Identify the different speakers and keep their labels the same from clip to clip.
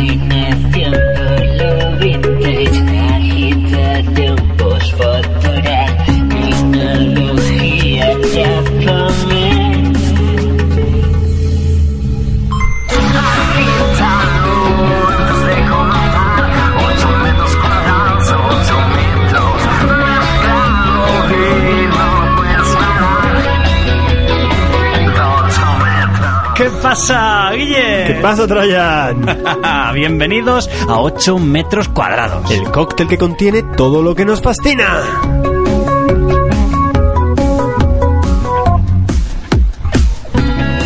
Speaker 1: Fascinación por lo vintage, agitademos fotoral, tecnología japonés.
Speaker 2: ¿Qué pasa, Guille?
Speaker 3: ¿Qué pasa, Troyan?
Speaker 2: Bienvenidos a 8 metros cuadrados.
Speaker 3: El cóctel que contiene todo lo que nos fascina.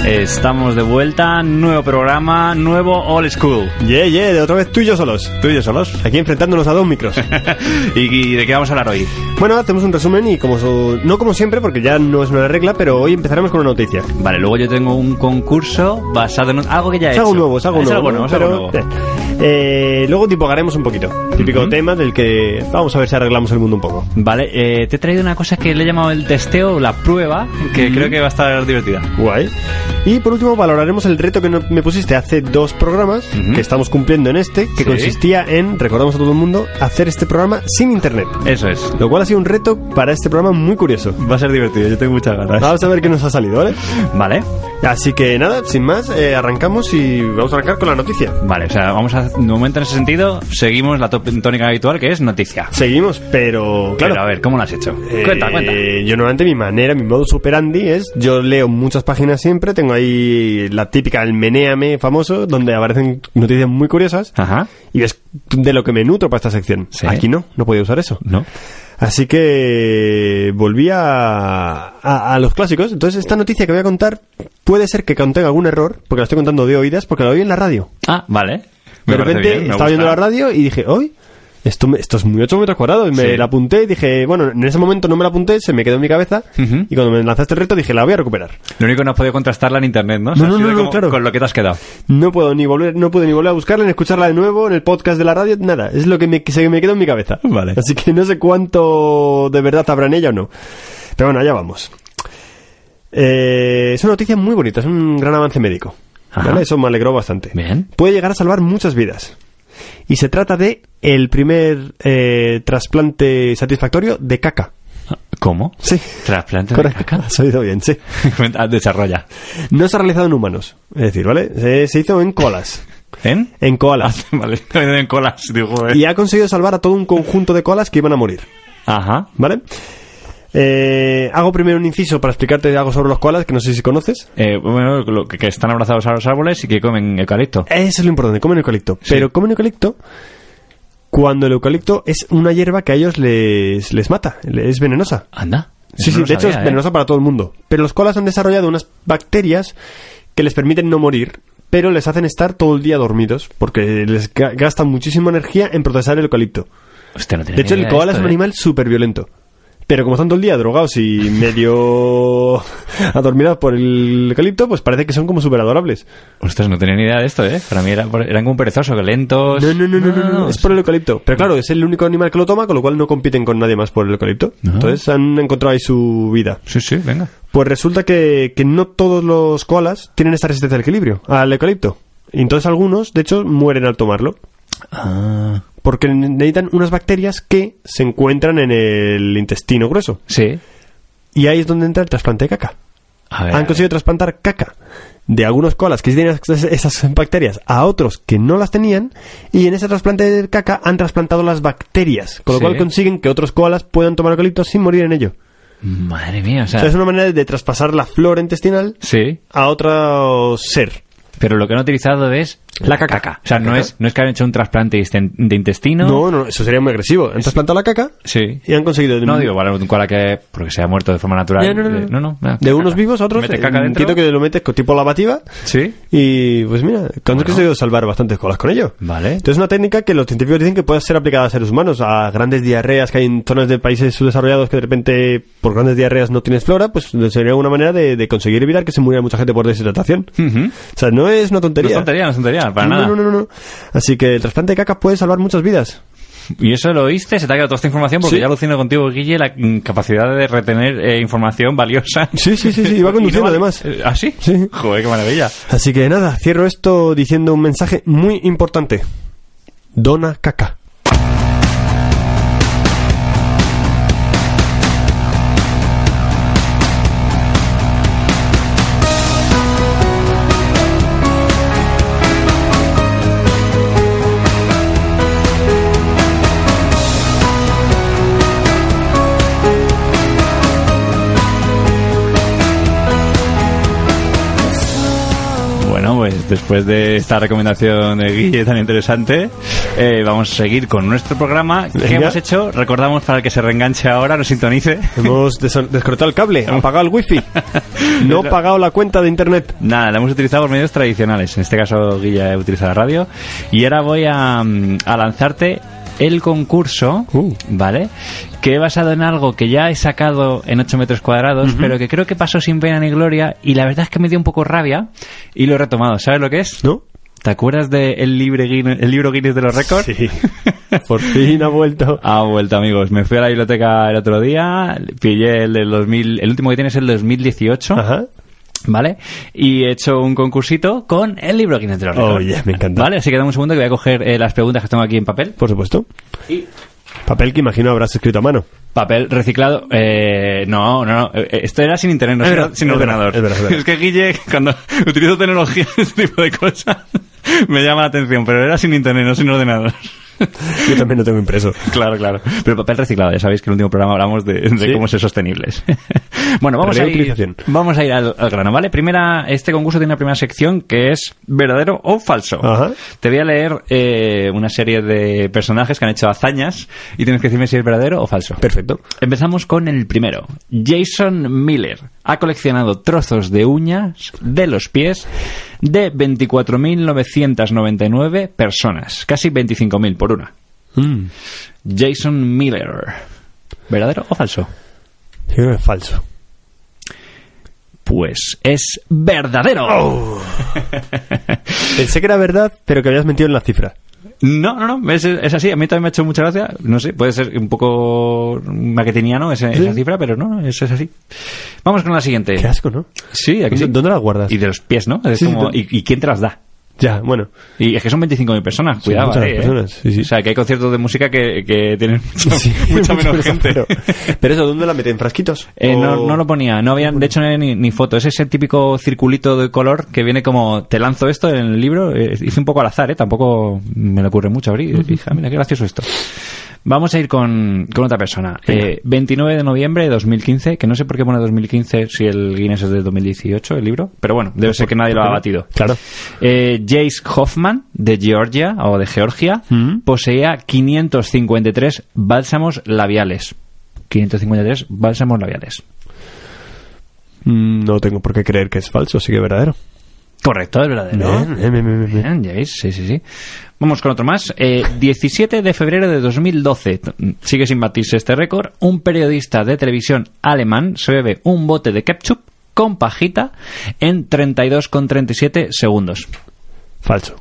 Speaker 2: Estamos de vuelta, nuevo programa, nuevo All School.
Speaker 3: Yeah, yeah, de otra vez tú y yo solos.
Speaker 2: ¿Tú y yo solos?
Speaker 3: Aquí enfrentándonos a dos micros.
Speaker 2: ¿Y, y de qué vamos a hablar hoy?
Speaker 3: bueno, hacemos un resumen y como so- no como siempre, porque ya no es una regla, pero hoy empezaremos con una noticia.
Speaker 2: Vale, luego yo tengo un concurso basado en un- algo que ya he
Speaker 3: Es
Speaker 2: hecho.
Speaker 3: algo nuevo, es algo nuevo.
Speaker 2: nuevo,
Speaker 3: ¿no?
Speaker 2: es algo
Speaker 3: Pero,
Speaker 2: nuevo.
Speaker 3: eh, eh, luego divagaremos un poquito. Típico
Speaker 2: Ujú.
Speaker 3: tema del que vamos a ver si arreglamos el mundo un poco.
Speaker 2: Vale, eh, te he traído una cosa que le he llamado el testeo, la prueba, que creo que va a estar divertida.
Speaker 3: Guay. Y por último valoraremos el reto que no- me pusiste hace dos programas,
Speaker 2: Ujú.
Speaker 3: que estamos cumpliendo en este, que
Speaker 2: Sí.
Speaker 3: consistía en, recordamos a todo el mundo, hacer este programa sin internet.
Speaker 2: Eso es.
Speaker 3: Lo cual ha sido un reto para este programa muy curioso.
Speaker 2: Va a ser divertido, yo tengo muchas ganas.
Speaker 3: Vamos a ver qué nos ha salido, ¿vale?
Speaker 2: Vale,
Speaker 3: Así que nada, sin más, eh, arrancamos y vamos a arrancar con la noticia.
Speaker 2: vale, o sea, vamos a. De momento en ese sentido, seguimos la top- tónica habitual que es noticia.
Speaker 3: Seguimos, pero claro.
Speaker 2: Pero a ver, ¿cómo lo has hecho?
Speaker 3: eh,
Speaker 2: cuenta, cuenta.
Speaker 3: Yo normalmente mi manera, mi modus operandi es, yo leo muchas páginas siempre, tengo ahí la típica, el meneame famoso, donde aparecen noticias muy curiosas
Speaker 2: Ajá.
Speaker 3: y ves de lo que me nutro para esta sección.
Speaker 2: Sí.
Speaker 3: Aquí no, no podía usar eso.
Speaker 2: ¿No?
Speaker 3: Así que volví a, a, a los clásicos. Entonces, esta noticia que voy a contar puede ser que contenga algún error, porque la estoy contando de oídas, porque la oí en la radio.
Speaker 2: Ah, vale.
Speaker 3: De
Speaker 2: Me parece
Speaker 3: repente
Speaker 2: bien, me
Speaker 3: estaba
Speaker 2: gusta.
Speaker 3: viendo la radio y dije, hoy, esto, me- esto es muy 8 metros cuadrados. Y me
Speaker 2: Sí.
Speaker 3: la apunté y dije, bueno, en ese momento no me la apunté, se me quedó en mi cabeza.
Speaker 2: Ujú.
Speaker 3: Y cuando me lanzaste el reto dije, la voy a recuperar.
Speaker 2: Lo único que no has podido contrastarla en internet, ¿no? O sea,
Speaker 3: No, no,
Speaker 2: ha sido
Speaker 3: no, no,
Speaker 2: como-
Speaker 3: claro.
Speaker 2: Con lo que te has quedado.
Speaker 3: No puedo ni volver, no pude ni volver a buscarla, ni escucharla de nuevo en el podcast de la radio, nada. Es lo que me, que se me quedó en mi cabeza.
Speaker 2: Vale.
Speaker 3: Así que no sé cuánto de verdad habrá en ella o no. Pero bueno, allá vamos. Eh, es una noticia muy bonita, es un gran avance médico.
Speaker 2: Ajá.
Speaker 3: ¿Vale? Eso me alegró bastante.
Speaker 2: Bien.
Speaker 3: Puede llegar a salvar muchas vidas. Y se trata de el primer eh, trasplante satisfactorio de caca.
Speaker 2: ¿Cómo?
Speaker 3: Sí.
Speaker 2: Trasplante de
Speaker 3: Correcto.
Speaker 2: caca.
Speaker 3: Has oído bien, sí.
Speaker 2: Cuenta- Desarrolla.
Speaker 3: No se ha realizado en humanos. Es decir, ¿vale? Se, se hizo en colas.
Speaker 2: ¿En?
Speaker 3: En koalas.
Speaker 2: Vale, en colas, digo, eh.
Speaker 3: y ha conseguido salvar a todo un conjunto de colas que iban a morir,
Speaker 2: Ajá.
Speaker 3: ¿vale? Eh, hago primero un inciso para explicarte algo sobre los koalas que no sé si conoces.
Speaker 2: Eh, bueno, lo que, que están abrazados a los árboles y que comen eucalipto.
Speaker 3: Eso es lo importante, comen eucalipto. Pero comen eucalipto cuando el eucalipto es una hierba que a ellos les, les mata, es venenosa.
Speaker 2: Anda. Eso
Speaker 3: Sí, sí,
Speaker 2: no
Speaker 3: de
Speaker 2: lo
Speaker 3: hecho es
Speaker 2: sabía, ¿eh?
Speaker 3: venenosa para todo el mundo. Pero los koalas han desarrollado unas bacterias que les permiten no morir, pero les hacen estar todo el día dormidos porque les ga- gastan muchísima energía en procesar el eucalipto.
Speaker 2: Hostia, no tenía
Speaker 3: De hecho,
Speaker 2: ni
Speaker 3: el
Speaker 2: idea de
Speaker 3: koala es
Speaker 2: esto,
Speaker 3: un
Speaker 2: ¿eh?
Speaker 3: animal súper violento. Pero como están todo el día drogados y medio adormidados por el eucalipto, pues parece que son como súper adorables.
Speaker 2: Ostras, no tenía ni idea de esto, ¿eh? Para mí era por- eran como perezosos, que lentos.
Speaker 3: No, no, no, no, no, no, es por el eucalipto. Pero claro, es el único animal que lo toma, con lo cual no compiten con nadie más por el eucalipto.
Speaker 2: Ah.
Speaker 3: Entonces han encontrado ahí su vida.
Speaker 2: Sí, sí, venga.
Speaker 3: Pues resulta que, que no todos los koalas tienen esta resistencia al equilibrio, al eucalipto. Y entonces algunos, de hecho, mueren al tomarlo.
Speaker 2: Ah.
Speaker 3: Porque necesitan unas bacterias que se encuentran en el intestino grueso.
Speaker 2: Sí.
Speaker 3: Y ahí es donde entra el trasplante de caca.
Speaker 2: A ver. a
Speaker 3: han
Speaker 2: ver.
Speaker 3: conseguido trasplantar caca de algunos koalas que sí tenían esas- esas bacterias a otros que no las tenían y en ese trasplante de caca han trasplantado las bacterias, con lo
Speaker 2: Sí.
Speaker 3: cual consiguen que otros koalas puedan tomar eucalipto sin morir en ello.
Speaker 2: Madre mía, o sea.
Speaker 3: O sea, es una manera de traspasar la flora intestinal
Speaker 2: Sí.
Speaker 3: a otro ser.
Speaker 2: Pero lo que han utilizado es
Speaker 3: La caca.
Speaker 2: O sea, no
Speaker 3: Ajá.
Speaker 2: es, no es que han hecho un trasplante insten- de intestino.
Speaker 3: No, no, eso sería muy agresivo. Han trasplantado la caca
Speaker 2: Sí.
Speaker 3: y han conseguido de,
Speaker 2: No digo, vale, un koala que porque se ha muerto de forma natural.
Speaker 3: Ya, no, no, no.
Speaker 2: de, nada,
Speaker 3: de
Speaker 2: caca.
Speaker 3: unos vivos a otros.
Speaker 2: Mete caca
Speaker 3: eh,
Speaker 2: dentro.
Speaker 3: entiendo que lo metes con tipo lavativa
Speaker 2: Sí.
Speaker 3: y pues mira, han
Speaker 2: Bueno.
Speaker 3: conseguido salvar bastantes koalas con ello.
Speaker 2: Vale.
Speaker 3: Entonces, es una técnica que los científicos dicen que puede ser aplicada a seres humanos, a grandes diarreas que hay en zonas de países subdesarrollados que de repente por grandes diarreas no tienes flora, pues sería una manera de, de conseguir evitar que se muriera mucha gente por deshidratación.
Speaker 2: Ujú.
Speaker 3: O sea, no es
Speaker 2: No
Speaker 3: una
Speaker 2: es
Speaker 3: tontería.
Speaker 2: tontería, no es tontería, para
Speaker 3: no,
Speaker 2: nada.
Speaker 3: no, no, no, no. Así que el trasplante de caca puede salvar muchas vidas.
Speaker 2: Y eso lo oíste, se te ha quedado toda esta información porque
Speaker 3: Sí.
Speaker 2: ya alucino contigo, Guille, la mm, capacidad de retener eh, información valiosa.
Speaker 3: Sí, sí, sí, sí,
Speaker 2: va
Speaker 3: iba conduciendo además.
Speaker 2: ¿Ah, sí?
Speaker 3: Sí.
Speaker 2: Joder, qué maravilla.
Speaker 3: Así que nada, cierro esto diciendo un mensaje muy importante. Dona caca.
Speaker 2: Bueno, pues después de esta recomendación de Guille tan interesante, eh, vamos a seguir con nuestro programa. ¿Qué
Speaker 3: Venga.
Speaker 2: hemos hecho? Recordamos para el que se reenganche ahora, nos sintonice.
Speaker 3: Hemos des- desconectado el cable, apagado el wifi, no pagado la cuenta de internet.
Speaker 2: Nada, la hemos utilizado por medios tradicionales. En este caso, Guilla utiliza la radio. Y ahora voy a, mm, a lanzarte el concurso,
Speaker 3: Uh.
Speaker 2: ¿vale? Que he basado en algo que ya he sacado en 8 metros cuadrados, pero que creo que pasó sin pena ni gloria. Y la verdad es que me dio un poco rabia y lo he retomado. ¿Sabes lo que es?
Speaker 3: ¿No?
Speaker 2: ¿Te acuerdas del el libre Guin- el libro Guinness de los récords?
Speaker 3: Sí. Por fin ha vuelto.
Speaker 2: Ha vuelto, amigos. Me fui a la biblioteca el otro día, pillé el del 2000, el último que tiene es el 2018.
Speaker 3: Ajá.
Speaker 2: ¿Vale? Y he hecho un concursito con el libro Guinness de los
Speaker 3: Oh,
Speaker 2: récords.
Speaker 3: yeah, me encanta.
Speaker 2: Vale, así que dame un segundo que voy a coger eh, las preguntas que tengo aquí en papel.
Speaker 3: Por supuesto. Papel que imagino habrás escrito a mano.
Speaker 2: Papel reciclado. Eh, no, no, no. eh, Esto era sin internet, no
Speaker 3: Es
Speaker 2: era
Speaker 3: verdad,
Speaker 2: sin
Speaker 3: es verdad,
Speaker 2: ordenador.
Speaker 3: es verdad, es verdad.
Speaker 2: que Guille, cuando utilizo tecnología, este tipo de cosas, me llama la atención, pero era sin internet, no sin ordenador.
Speaker 3: Yo también lo tengo impreso.
Speaker 2: Claro, claro. Pero papel reciclado, ya sabéis que en el último programa hablamos de, de
Speaker 3: Sí.
Speaker 2: cómo ser sostenibles. bueno, vamos a, ir,
Speaker 3: Reutilización.
Speaker 2: vamos a ir al, al grano, ¿vale? Primera, este concurso tiene una primera sección que es verdadero o falso.
Speaker 3: Ajá.
Speaker 2: Te voy a leer eh, una serie de personajes que han hecho hazañas y tienes que decirme si es verdadero o falso.
Speaker 3: Perfecto.
Speaker 2: Empezamos con el primero. Jason Miller ha coleccionado trozos de uñas de los pies de 24.999 personas, casi 25.000 por una. Mm. Jason Miller. ¿Verdadero o falso?
Speaker 3: Yo creo que es falso.
Speaker 2: Pues es verdadero.
Speaker 3: Oh. Pensé que era verdad, pero que habías mentido en la cifra.
Speaker 2: No, no, no, es, es así. A mí también me ha hecho mucha gracia. No sé, puede ser un poco maquetiniano ese- esa cifra, pero no, eso es así. Vamos con la siguiente.
Speaker 3: Qué asco, ¿no?
Speaker 2: Sí, aquí sí.
Speaker 3: ¿Dónde las guardas?
Speaker 2: Y de los pies, ¿no? Es
Speaker 3: Sí, sí,
Speaker 2: como,
Speaker 3: pero-
Speaker 2: ¿y, y quién te las da?
Speaker 3: Ya, bueno.
Speaker 2: Y es que son 25.000 personas,
Speaker 3: Sí,
Speaker 2: cuidado.
Speaker 3: muchas
Speaker 2: eh,
Speaker 3: personas, sí, sí.
Speaker 2: O sea, que hay conciertos de música que, que tienen mucho- mucha
Speaker 3: Mucho
Speaker 2: menos gente.
Speaker 3: Pero, pero eso, ¿dónde la meten? ¿Frasquitos?
Speaker 2: Eh, no,
Speaker 3: O-
Speaker 2: no lo ponía, no habían, de hecho no había ni, ni foto. Es ese típico circulito de color que viene como, te lanzo esto en el libro. eh, hice un poco al azar, ¿eh? tampoco me le ocurre mucho abrir. Hija, mira qué gracioso esto. Vamos a ir con, con otra persona. Eh, 29 de noviembre de 2015, que no sé por qué pone 2015 si el Guinness es de 2018, el libro, pero bueno, debe ser que nadie lo ha batido.
Speaker 3: Claro.
Speaker 2: Eh, Jace Hoffman, de Georgia o de Georgia,
Speaker 3: Mm.
Speaker 2: poseía 553 bálsamos labiales. 553 bálsamos labiales.
Speaker 3: Mm, No tengo por qué creer que es falso, sí que es verdadero.
Speaker 2: Correcto, es verdadero.
Speaker 3: Bien, bien, bien, bien, bien.
Speaker 2: Bien, ya veis, sí, sí, sí. Vamos con otro más. Eh, 17 de febrero de 2012, t- sigue sin batirse este récord, un periodista de televisión alemán se bebe un bote de ketchup con pajita en 32,37 segundos.
Speaker 3: Falso.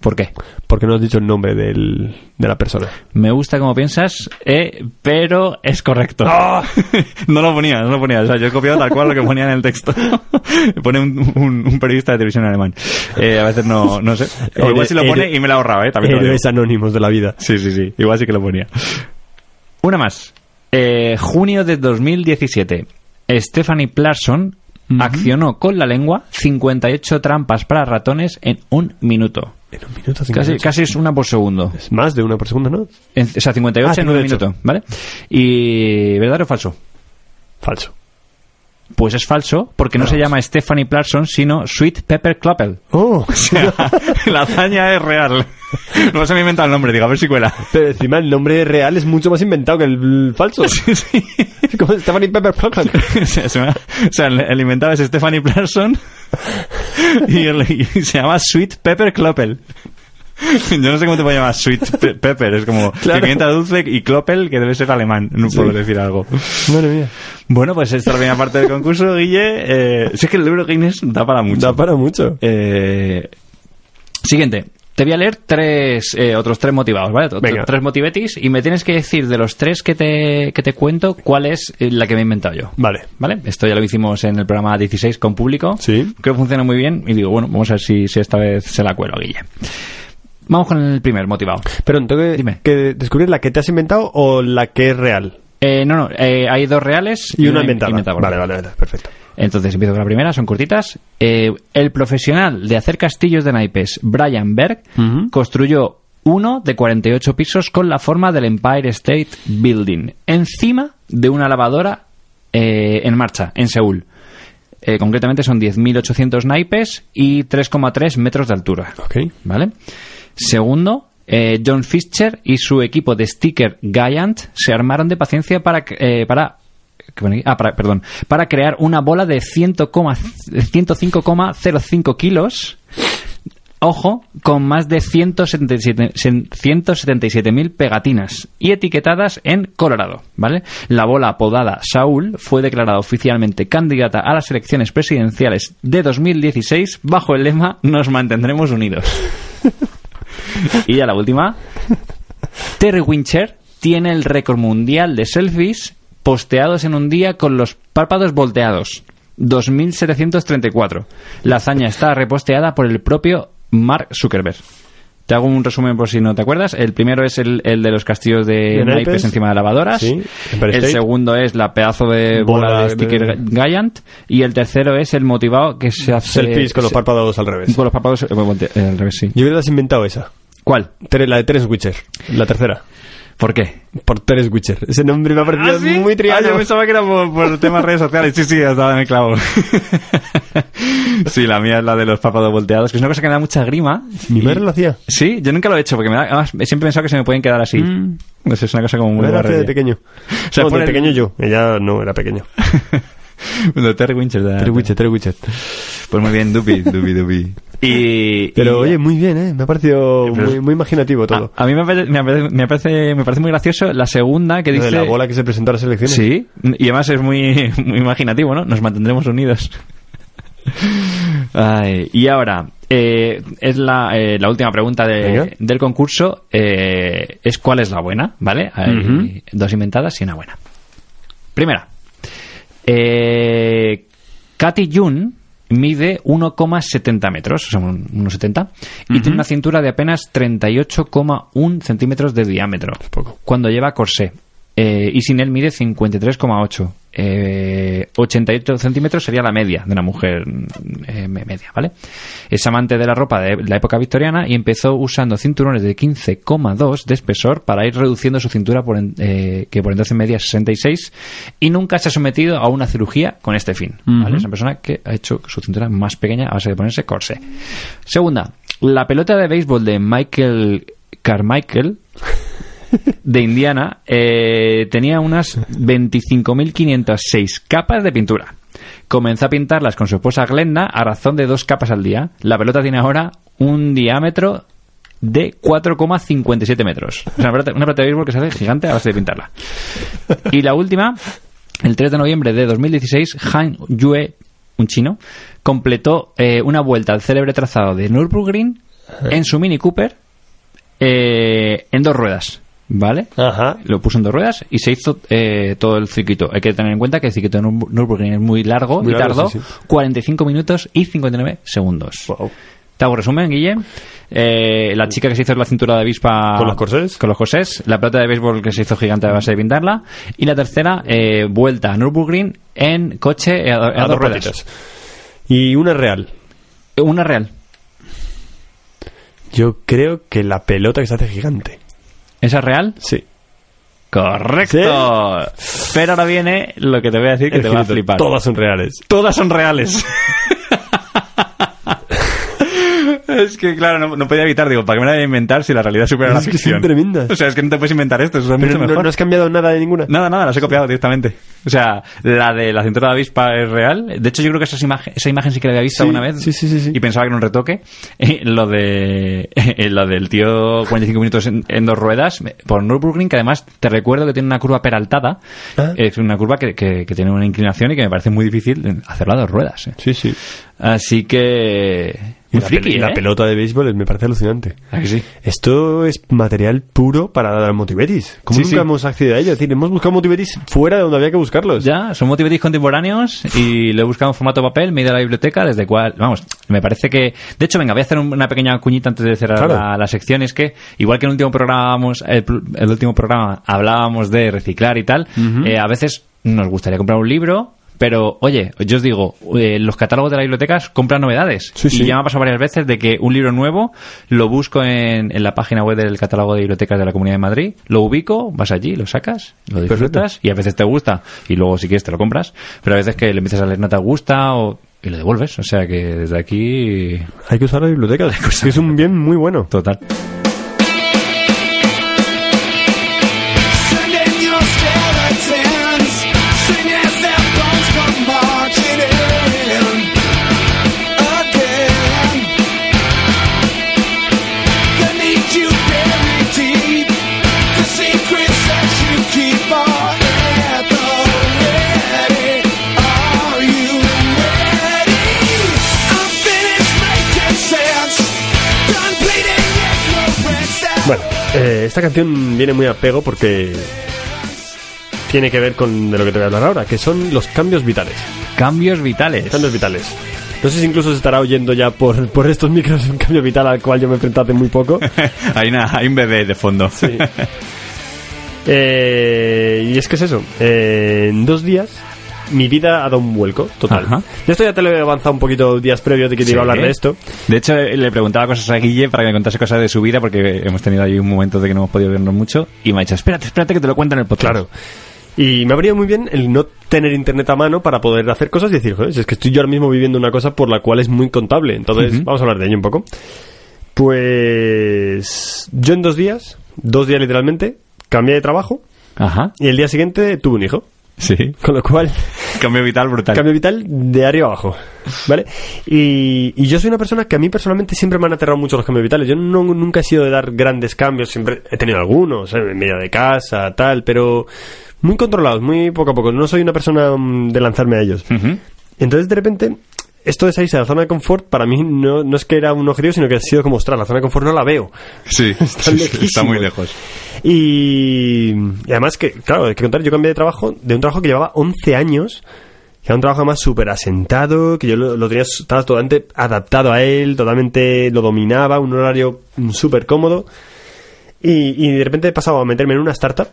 Speaker 2: ¿Por qué?
Speaker 3: Porque no has dicho el nombre del, de la persona.
Speaker 2: Me gusta como piensas, eh, pero es correcto. no lo ponía, no lo ponía. O sea, yo he copiado tal cual lo que ponía en el texto. pone un, un- un periodista de televisión alemán. Eh, a veces no, no sé. O igual si lo pone y me lo ahorraba, eh. También te lo digo.
Speaker 3: Héroes anónimos de la vida.
Speaker 2: Sí, sí, sí. Igual sí que lo ponía. Una más. Eh, junio de 2017. Stephanie Plarson accionó con la lengua 58 trampas para ratones en un minuto.
Speaker 3: En un minuto, cinco
Speaker 2: Casi,
Speaker 3: minutos.
Speaker 2: casi es una por segundo.
Speaker 3: Es más de una por segundo, ¿no?
Speaker 2: En- o sea, 58
Speaker 3: Ah,
Speaker 2: en un
Speaker 3: 58.
Speaker 2: minuto, ¿vale? Y ¿verdadero o falso?
Speaker 3: Falso.
Speaker 2: Pues es falso, porque no se llama Stephanie Plarson, sino Sweet Pepper Clapple.
Speaker 3: ¡Oh!
Speaker 2: La hazaña es real. No se me inventa el nombre, digo, a ver si cuela.
Speaker 3: Pero encima el nombre real es mucho más inventado que el falso.
Speaker 2: Sí, sí.
Speaker 3: Como Stephanie Pepper Pluckland.
Speaker 2: Se- se me ha- o sea, el, el inventado es Stephanie Plarson y, el- y se llama Sweet Pepper Clopel. Yo no sé cómo te puede llamar Sweet Pe- Pepper, es como
Speaker 3: Claro.
Speaker 2: pimienta dulce y Clopel, que debe ser alemán, no puedo decir algo.
Speaker 3: Madre mía.
Speaker 2: Bueno, pues esta es la primera parte del concurso, Guille. Eh, si es que el libro Guinness da para mucho.
Speaker 3: Da para mucho.
Speaker 2: Eh, siguiente. Te voy a leer tres, eh, otros tres motivados, ¿vale? Otros
Speaker 3: Venga.
Speaker 2: Tres motivetis y me tienes que decir de los tres que te, que te cuento cuál es eh, la que me he inventado yo.
Speaker 3: Vale.
Speaker 2: ¿Vale? Esto ya lo hicimos en el programa 16 con público.
Speaker 3: Sí.
Speaker 2: Creo que funciona muy bien y digo, bueno, vamos a ver si, si esta vez se la cuelo a Guille. Vamos con el primer motivado.
Speaker 3: Pero tengo que,
Speaker 2: Dime.
Speaker 3: que descubrir la que te has inventado o la que es real.
Speaker 2: Eh, no, no, eh, hay dos reales
Speaker 3: Y una inventada.
Speaker 2: por
Speaker 3: Vale,
Speaker 2: favor.
Speaker 3: vale, vale, perfecto.
Speaker 2: Entonces empiezo con la primera, son cortitas. Eh, el profesional de hacer castillos de naipes, Brian Berg,
Speaker 3: Ujú.
Speaker 2: construyó uno de 48 pisos con la forma del Empire State Building, encima de una lavadora eh, en marcha, en Seúl. Eh, concretamente son 10.800 naipes y 3,3 metros de altura.
Speaker 3: Ok.
Speaker 2: ¿Vale? Segundo, eh, John Fischer y su equipo de sticker Giant se armaron de paciencia para. que- eh, para ¿qué pone aquí? Ah, para- perdón. Para crear una bola de 105,05 kilos. Ojo, con más de 177 sen- 177.000 pegatinas y etiquetadas en Colorado, ¿vale? La bola apodada Saúl fue declarada oficialmente candidata a las elecciones presidenciales de 2016 bajo el lema Nos mantendremos unidos. y ya la última. Terry Wincher tiene el récord mundial de selfies posteados en un día con los párpados volteados. 2.734. La hazaña está reposteada por el propio Mark Zuckerberg. Te hago un resumen por si no te acuerdas. El primero es el, el de los castillos de
Speaker 3: De naipes.
Speaker 2: naipes encima de lavadoras.
Speaker 3: Sí, Empire
Speaker 2: el
Speaker 3: State.
Speaker 2: segundo es la pedazo de bola,
Speaker 3: Bola
Speaker 2: de
Speaker 3: de-
Speaker 2: sticker Giant. Y el tercero es el motivado que se hace...
Speaker 3: Selfies con los
Speaker 2: se-
Speaker 3: párpados al revés.
Speaker 2: Con los párpados... eh, volte- eh, al revés, sí.
Speaker 3: Yo creo que te has inventado esa.
Speaker 2: ¿Cuál?
Speaker 3: Tere- La de Teres Witcher. La tercera.
Speaker 2: ¿Por qué?
Speaker 3: Por Teres Witcher. Ese nombre me ha parecido
Speaker 2: ¿Ah, sí?
Speaker 3: muy trivial.
Speaker 2: Ah, yo pensaba que era por, por temas redes sociales. Sí, sí, estaba en el clavo. sí, la mía es la de los papados volteados, que es una cosa que me da mucha grima.
Speaker 3: Mi
Speaker 2: Y-
Speaker 3: madre lo hacía.
Speaker 2: Sí, yo nunca lo he hecho porque me da, además, siempre he pensado que se me pueden quedar así. No sé, es una cosa como
Speaker 3: Mi
Speaker 2: muy
Speaker 3: madre lo hacía de
Speaker 2: barrera.
Speaker 3: pequeño.
Speaker 2: O sea,
Speaker 3: No,
Speaker 2: por
Speaker 3: de
Speaker 2: el-
Speaker 3: pequeño yo. Ella no, era pequeño.
Speaker 2: Lo de Terry Winchell, da-
Speaker 3: Teres Witcher, Teres Witcher.
Speaker 2: Pues muy bien, Dupi, Dupi, Dupi. Y,
Speaker 3: Pero
Speaker 2: y-
Speaker 3: oye, muy bien, ¿eh? Ah, Me ha parecido
Speaker 2: Pero-
Speaker 3: muy, muy imaginativo todo.
Speaker 2: a, a mí me apetece- me apetece, me, apetece- me parece muy gracioso la segunda que
Speaker 3: Lo
Speaker 2: dice...
Speaker 3: de la bola que se presentó a las elecciones.
Speaker 2: Sí, y además es muy, muy imaginativo, ¿no? Nos mantendremos unidos. Ay, y ahora, eh, es la, eh, la última pregunta de-
Speaker 3: Venga.
Speaker 2: del concurso. eh, es cuál es la buena, ¿vale? Hay
Speaker 3: Ujú.
Speaker 2: Dos inventadas y una buena. Primera. Eh, Katy Jun mide 1,70 metros, o sea, un- unos 70, y tiene una cintura de apenas 38,1 centímetros de diámetro.
Speaker 3: poco.
Speaker 2: Cuando lleva corsé. Eh, y sin él mide 53,8. Eh, 88 centímetros sería la media de una mujer eh, me- media, ¿vale? Es amante de la ropa de la época victoriana y empezó usando cinturones de 15,2 de espesor para ir reduciendo su cintura, por en- eh, que por entonces medía 66, y nunca se ha sometido a una cirugía con este fin. ¿vale? Es una persona que ha hecho su cintura más pequeña a base de ponerse corsé. Segunda, la pelota de béisbol de Michael Carmichael de Indiana eh, tenía unas 25.506 capas de pintura. Comenzó a pintarlas con su esposa Glenda a razón de dos capas al día. La pelota tiene ahora un diámetro de 4,57 metros. Es una pelota, una pelota de béisbol que se hace gigante a base de pintarla. Y la última, el 3 de noviembre de 2016, Han Yue, un chino, completó eh, una vuelta al célebre trazado de Nürburgring en su Mini Cooper eh, en dos ruedas, ¿vale?
Speaker 3: Ajá.
Speaker 2: Lo puso en dos ruedas y se hizo eh, todo el circuito. Hay que tener en cuenta que el circuito de Nürb- Nürburgring es muy largo
Speaker 3: Muy
Speaker 2: y
Speaker 3: largo,
Speaker 2: tardó
Speaker 3: sí, sí.
Speaker 2: 45 minutos y 59 segundos.
Speaker 3: Wow.
Speaker 2: Te hago resumen, Guille. Eh, la chica que se hizo la cintura de avispa...
Speaker 3: ¿Con los corsés?
Speaker 2: Con los corsés. La pelota de béisbol que se hizo gigante a base de pintarla. Y la tercera, eh, vuelta a Nürburgring en coche a, a
Speaker 3: A
Speaker 2: dos,
Speaker 3: dos
Speaker 2: ruedas.
Speaker 3: patitas. Y una real.
Speaker 2: Una real.
Speaker 3: Yo creo que la pelota que se hace gigante.
Speaker 2: ¿Esa es real?
Speaker 3: Sí.
Speaker 2: ¡Correcto! Pero ahora viene lo que te voy a decir que te va a
Speaker 3: Escrito,
Speaker 2: flipar.
Speaker 3: Todas son reales.
Speaker 2: Todas son reales. Es que, claro, no, no podía evitar, digo, ¿para qué me la voy a inventar si la realidad supera la
Speaker 3: Es que son
Speaker 2: ficción?
Speaker 3: tremendas.
Speaker 2: O sea, es que no te puedes inventar esto, eso es
Speaker 3: Pero
Speaker 2: mucho
Speaker 3: no,
Speaker 2: mejor.
Speaker 3: no has cambiado nada de ninguna.
Speaker 2: Nada, nada, las he copiado directamente. O sea, la de la cintura de avispa es real. De hecho, yo creo que esas imagen- esa imagen sí que la había visto
Speaker 3: Sí,
Speaker 2: una vez.
Speaker 3: sí, sí, sí, sí.
Speaker 2: Y pensaba que era un retoque. Eh, lo de eh, lo del tío 45 minutos en, en dos ruedas me- por Nürburgring, que además te recuerdo que tiene una curva peraltada.
Speaker 3: Ah.
Speaker 2: Es una curva que, que- que tiene una inclinación y que me parece muy difícil hacerla a dos ruedas. eh.
Speaker 3: Sí, sí.
Speaker 2: Así que... Muy
Speaker 3: la
Speaker 2: friki,
Speaker 3: pel-
Speaker 2: ¿eh?
Speaker 3: La pelota de béisbol me parece alucinante.
Speaker 2: ¿A que sí?
Speaker 3: Esto es material puro para la Motiveris. Como
Speaker 2: Sí,
Speaker 3: nunca
Speaker 2: sí.
Speaker 3: hemos accedido a ello? Es decir, hemos buscado Motiveris fuera de donde había que buscarlos.
Speaker 2: Pues Ya, son motivetis contemporáneos y lo he buscado en formato papel, me he ido a la biblioteca, desde cual, vamos, me parece que... De hecho, venga, voy a hacer un- una pequeña cuñita antes de cerrar
Speaker 3: Claro.
Speaker 2: la, la sección, es que, igual que en el último programa, vamos- el, pr- el último programa hablábamos de reciclar y tal, eh, a veces nos gustaría comprar un libro... Pero, oye, yo os digo, eh, los catálogos de las bibliotecas compran novedades.
Speaker 3: Sí, sí.
Speaker 2: Y ya me ha pasado varias veces de que un libro nuevo lo busco en, en la página web del catálogo de bibliotecas de la Comunidad de Madrid, lo ubico, vas allí, lo sacas, lo
Speaker 3: Perfecto.
Speaker 2: disfrutas y a veces te gusta y luego si quieres te lo compras, pero a veces que le empiezas a leer no te gusta o, y lo devuelves, o sea que desde aquí
Speaker 3: Hay que usar la biblioteca. que es un bien muy bueno.
Speaker 2: total.
Speaker 4: Singing your skeletons, sing as their bones come marching in again. They need you buried deep. The secrets that you keep are at the ready. Are you ready? I'm finished making sense, done bleeding ignorance.
Speaker 3: Bueno, eh, esta canción viene muy a pego porque tiene que ver con de lo que te voy a hablar ahora, que son los cambios vitales.
Speaker 2: Cambios vitales.
Speaker 3: Cambios vitales. No sé si incluso se estará oyendo ya por, por estos micros un cambio vital al cual yo me enfrenté hace muy poco.
Speaker 2: hay, una- hay un bebé de fondo.
Speaker 3: Eh, y es que es eso. Eh, en dos días mi vida ha dado un vuelco total.
Speaker 2: Ajá.
Speaker 3: De esto ya te lo he avanzado un poquito días previos de que te iba a hablar de esto.
Speaker 2: De hecho, eh, le preguntaba cosas a Guille para que me contase cosas de su vida, porque hemos tenido ahí un momento de que no hemos podido vernos mucho, y me ha dicho, espérate, espérate que te lo cuento en el podcast.
Speaker 3: Claro. Y me ha venido muy bien el no tener internet a mano para poder hacer cosas y decir, joder, si es que estoy yo ahora mismo viviendo una cosa por la cual es muy contable. Entonces, vamos a hablar de ello un poco. Pues yo en dos días, dos días literalmente, cambié de trabajo
Speaker 2: Ajá.
Speaker 3: y el día siguiente tuve un hijo.
Speaker 2: Sí.
Speaker 3: Con lo cual,
Speaker 2: Cambio vital brutal.
Speaker 3: Cambio vital de arriba abajo. ¿Vale? Y, y yo soy una persona que a mí personalmente siempre me han aterrado mucho los cambios vitales. Yo no- nunca he sido de dar grandes cambios, siempre he tenido algunos, ¿eh? en medio de casa, tal, pero muy controlados, muy poco a poco. No soy una persona mm, de lanzarme a ellos.
Speaker 2: Ujú.
Speaker 3: Entonces, de repente, esto de salirse de la zona de confort, para mí no, no es que era un objetivo, sino que ha sido como, ostras, la zona de confort no la veo.
Speaker 2: Sí,
Speaker 3: Está lejísimo.
Speaker 2: está muy lejos.
Speaker 3: Y, y además que, claro, hay que contar, yo cambié de trabajo, de un trabajo que llevaba 11 años, que era un trabajo más súper asentado, que yo lo, lo tenía, estaba totalmente adaptado a él, totalmente lo dominaba, un horario mm, súper cómodo. Y, y de repente he pasado a meterme en una startup,